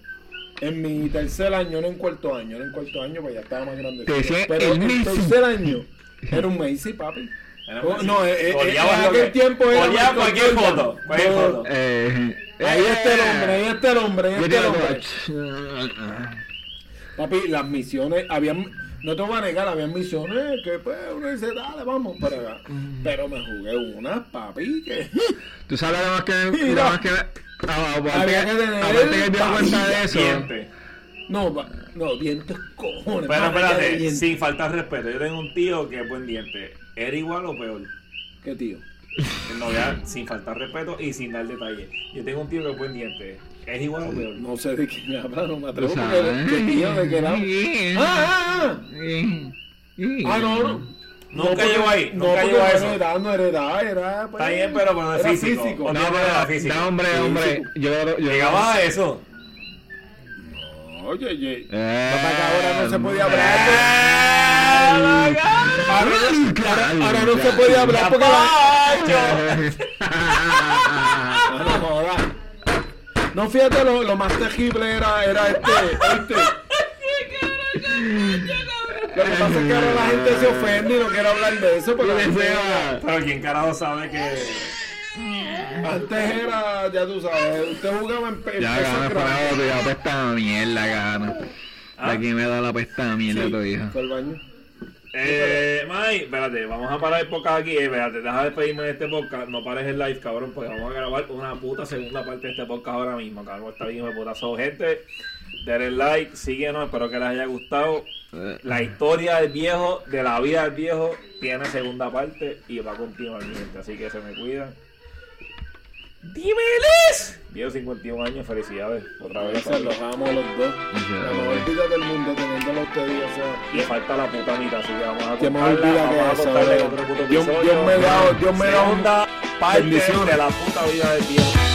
[SPEAKER 2] En mi tercer año, no en cuarto año, no en cuarto año, pues ya estaba más grande.
[SPEAKER 4] Te decía
[SPEAKER 2] Pero
[SPEAKER 4] el
[SPEAKER 2] en
[SPEAKER 4] Messi.
[SPEAKER 2] tercer año era un Messi, papi.
[SPEAKER 1] Era
[SPEAKER 2] Oh,
[SPEAKER 1] un-
[SPEAKER 2] no, eh, eh,
[SPEAKER 1] Goleaba
[SPEAKER 2] en
[SPEAKER 1] lo
[SPEAKER 2] aquel
[SPEAKER 1] que-
[SPEAKER 2] tiempo era
[SPEAKER 1] goleaba
[SPEAKER 2] Michael
[SPEAKER 1] cualquier
[SPEAKER 2] Jordan.
[SPEAKER 1] foto. Cualquier
[SPEAKER 2] No,
[SPEAKER 1] foto.
[SPEAKER 4] Eh,
[SPEAKER 2] Ahí
[SPEAKER 4] eh,
[SPEAKER 2] está el hombre, ahí está el hombre, ahí
[SPEAKER 4] Yo
[SPEAKER 2] está el
[SPEAKER 4] digo,
[SPEAKER 2] hombre.
[SPEAKER 4] ah,
[SPEAKER 2] Papi, las misiones, habían, no te voy a negar, habían misiones que pues uno dice, dale, vamos para acá. Pero me jugué unas, papi, que...
[SPEAKER 4] Tú sabes lo más que.
[SPEAKER 2] Mira.
[SPEAKER 4] Lo más que ah, ah, aparte
[SPEAKER 2] Había
[SPEAKER 4] que-
[SPEAKER 2] que tener
[SPEAKER 4] aparte que él dio
[SPEAKER 2] paciencia.
[SPEAKER 4] cuenta de eso.
[SPEAKER 1] Siempre.
[SPEAKER 2] No, va- no, dientes cojones.
[SPEAKER 1] Pero
[SPEAKER 2] más allá de
[SPEAKER 1] espérate,
[SPEAKER 2] dientes.
[SPEAKER 1] sin faltar respeto, yo tengo un tío que es buen diente. ¿Era igual o peor?
[SPEAKER 2] ¿Qué tío?
[SPEAKER 1] No, ya, sin faltar respeto y sin dar detalle. Yo tengo un tío que es buen diente. ¿Es igual o peor?
[SPEAKER 2] No sé de quién habla, no me
[SPEAKER 4] Tú
[SPEAKER 2] atrevo. porque
[SPEAKER 4] sabes.
[SPEAKER 2] ¿Qué tío? ¿De qué lado? ¡Ah, ah, ah! Ah, no, no.
[SPEAKER 1] Nunca
[SPEAKER 2] porque-
[SPEAKER 1] llegó ahí,
[SPEAKER 2] No,
[SPEAKER 1] nunca
[SPEAKER 2] porque
[SPEAKER 1] llegó a
[SPEAKER 2] no
[SPEAKER 1] eso.
[SPEAKER 2] heredaba, no heredaba, era. pues,
[SPEAKER 1] Está bien, pero bueno, de
[SPEAKER 2] era
[SPEAKER 1] físico.
[SPEAKER 4] No,
[SPEAKER 1] No,
[SPEAKER 4] pero,
[SPEAKER 1] físico.
[SPEAKER 4] no, hombre, hombre.
[SPEAKER 2] Físico.
[SPEAKER 4] Yo, yo,
[SPEAKER 1] ¿Llegabas a eso?
[SPEAKER 2] Oye, oye.
[SPEAKER 4] Eh,
[SPEAKER 2] Papá, que ahora no se podía hablar.
[SPEAKER 1] ¡Ah, ¡Eh, la
[SPEAKER 4] eh.
[SPEAKER 1] gana!
[SPEAKER 2] Ahora, ahora- ahora no se podía hablar porque la.
[SPEAKER 1] ¡Pacho!
[SPEAKER 2] Ah, no, joda. No, fíjate, lo, lo más terrible era, era este, este. Lo que pasa es que ahora la gente se ofende y no quiere hablar de eso. Porque
[SPEAKER 4] Yo
[SPEAKER 2] antes era,
[SPEAKER 4] deseo-
[SPEAKER 1] Pero quién carajo sabe que.
[SPEAKER 2] antes era, ya tú sabes, usted jugaba en pe- en
[SPEAKER 4] Ya,
[SPEAKER 2] pesos
[SPEAKER 4] gana para
[SPEAKER 2] grandes.
[SPEAKER 4] otro, ya pesta de mierda, gana.
[SPEAKER 1] Ah.
[SPEAKER 4] Aquí me da la pesta de mierda, tu hija.
[SPEAKER 2] Fue al baño.
[SPEAKER 1] Eh, May, espérate, vamos a parar el podcast aquí. Eh, espérate, deja de despedirme de este podcast. No pares el live, cabrón, porque vamos a grabar una puta segunda parte de este podcast ahora mismo, cabrón. Está bien, hijo de puta. So, gente, denle like, síguenos. Espero que les haya gustado.
[SPEAKER 4] Eh,
[SPEAKER 1] La historia del viejo, de la vida del viejo, tiene segunda parte y va a continuar, mi gente. Así que se me cuidan. ¡Dímeles! Viejo 51 años, felicidades. Otra vez.
[SPEAKER 2] Gracias, los amo a los dos. La mejor vida del mundo teniéndolo a ustedes, o sea.
[SPEAKER 1] Y falta la puta mitad, así que vamos a
[SPEAKER 2] Que me
[SPEAKER 1] contarla,
[SPEAKER 2] olvida que
[SPEAKER 1] vamos a
[SPEAKER 2] eso,
[SPEAKER 1] contarle
[SPEAKER 2] eh.
[SPEAKER 1] otro puto
[SPEAKER 2] Dios-
[SPEAKER 1] episodio.
[SPEAKER 2] Dios me da- Dios me da
[SPEAKER 1] Segunda parte
[SPEAKER 2] bendiciones.
[SPEAKER 1] de la puta vida del viejo.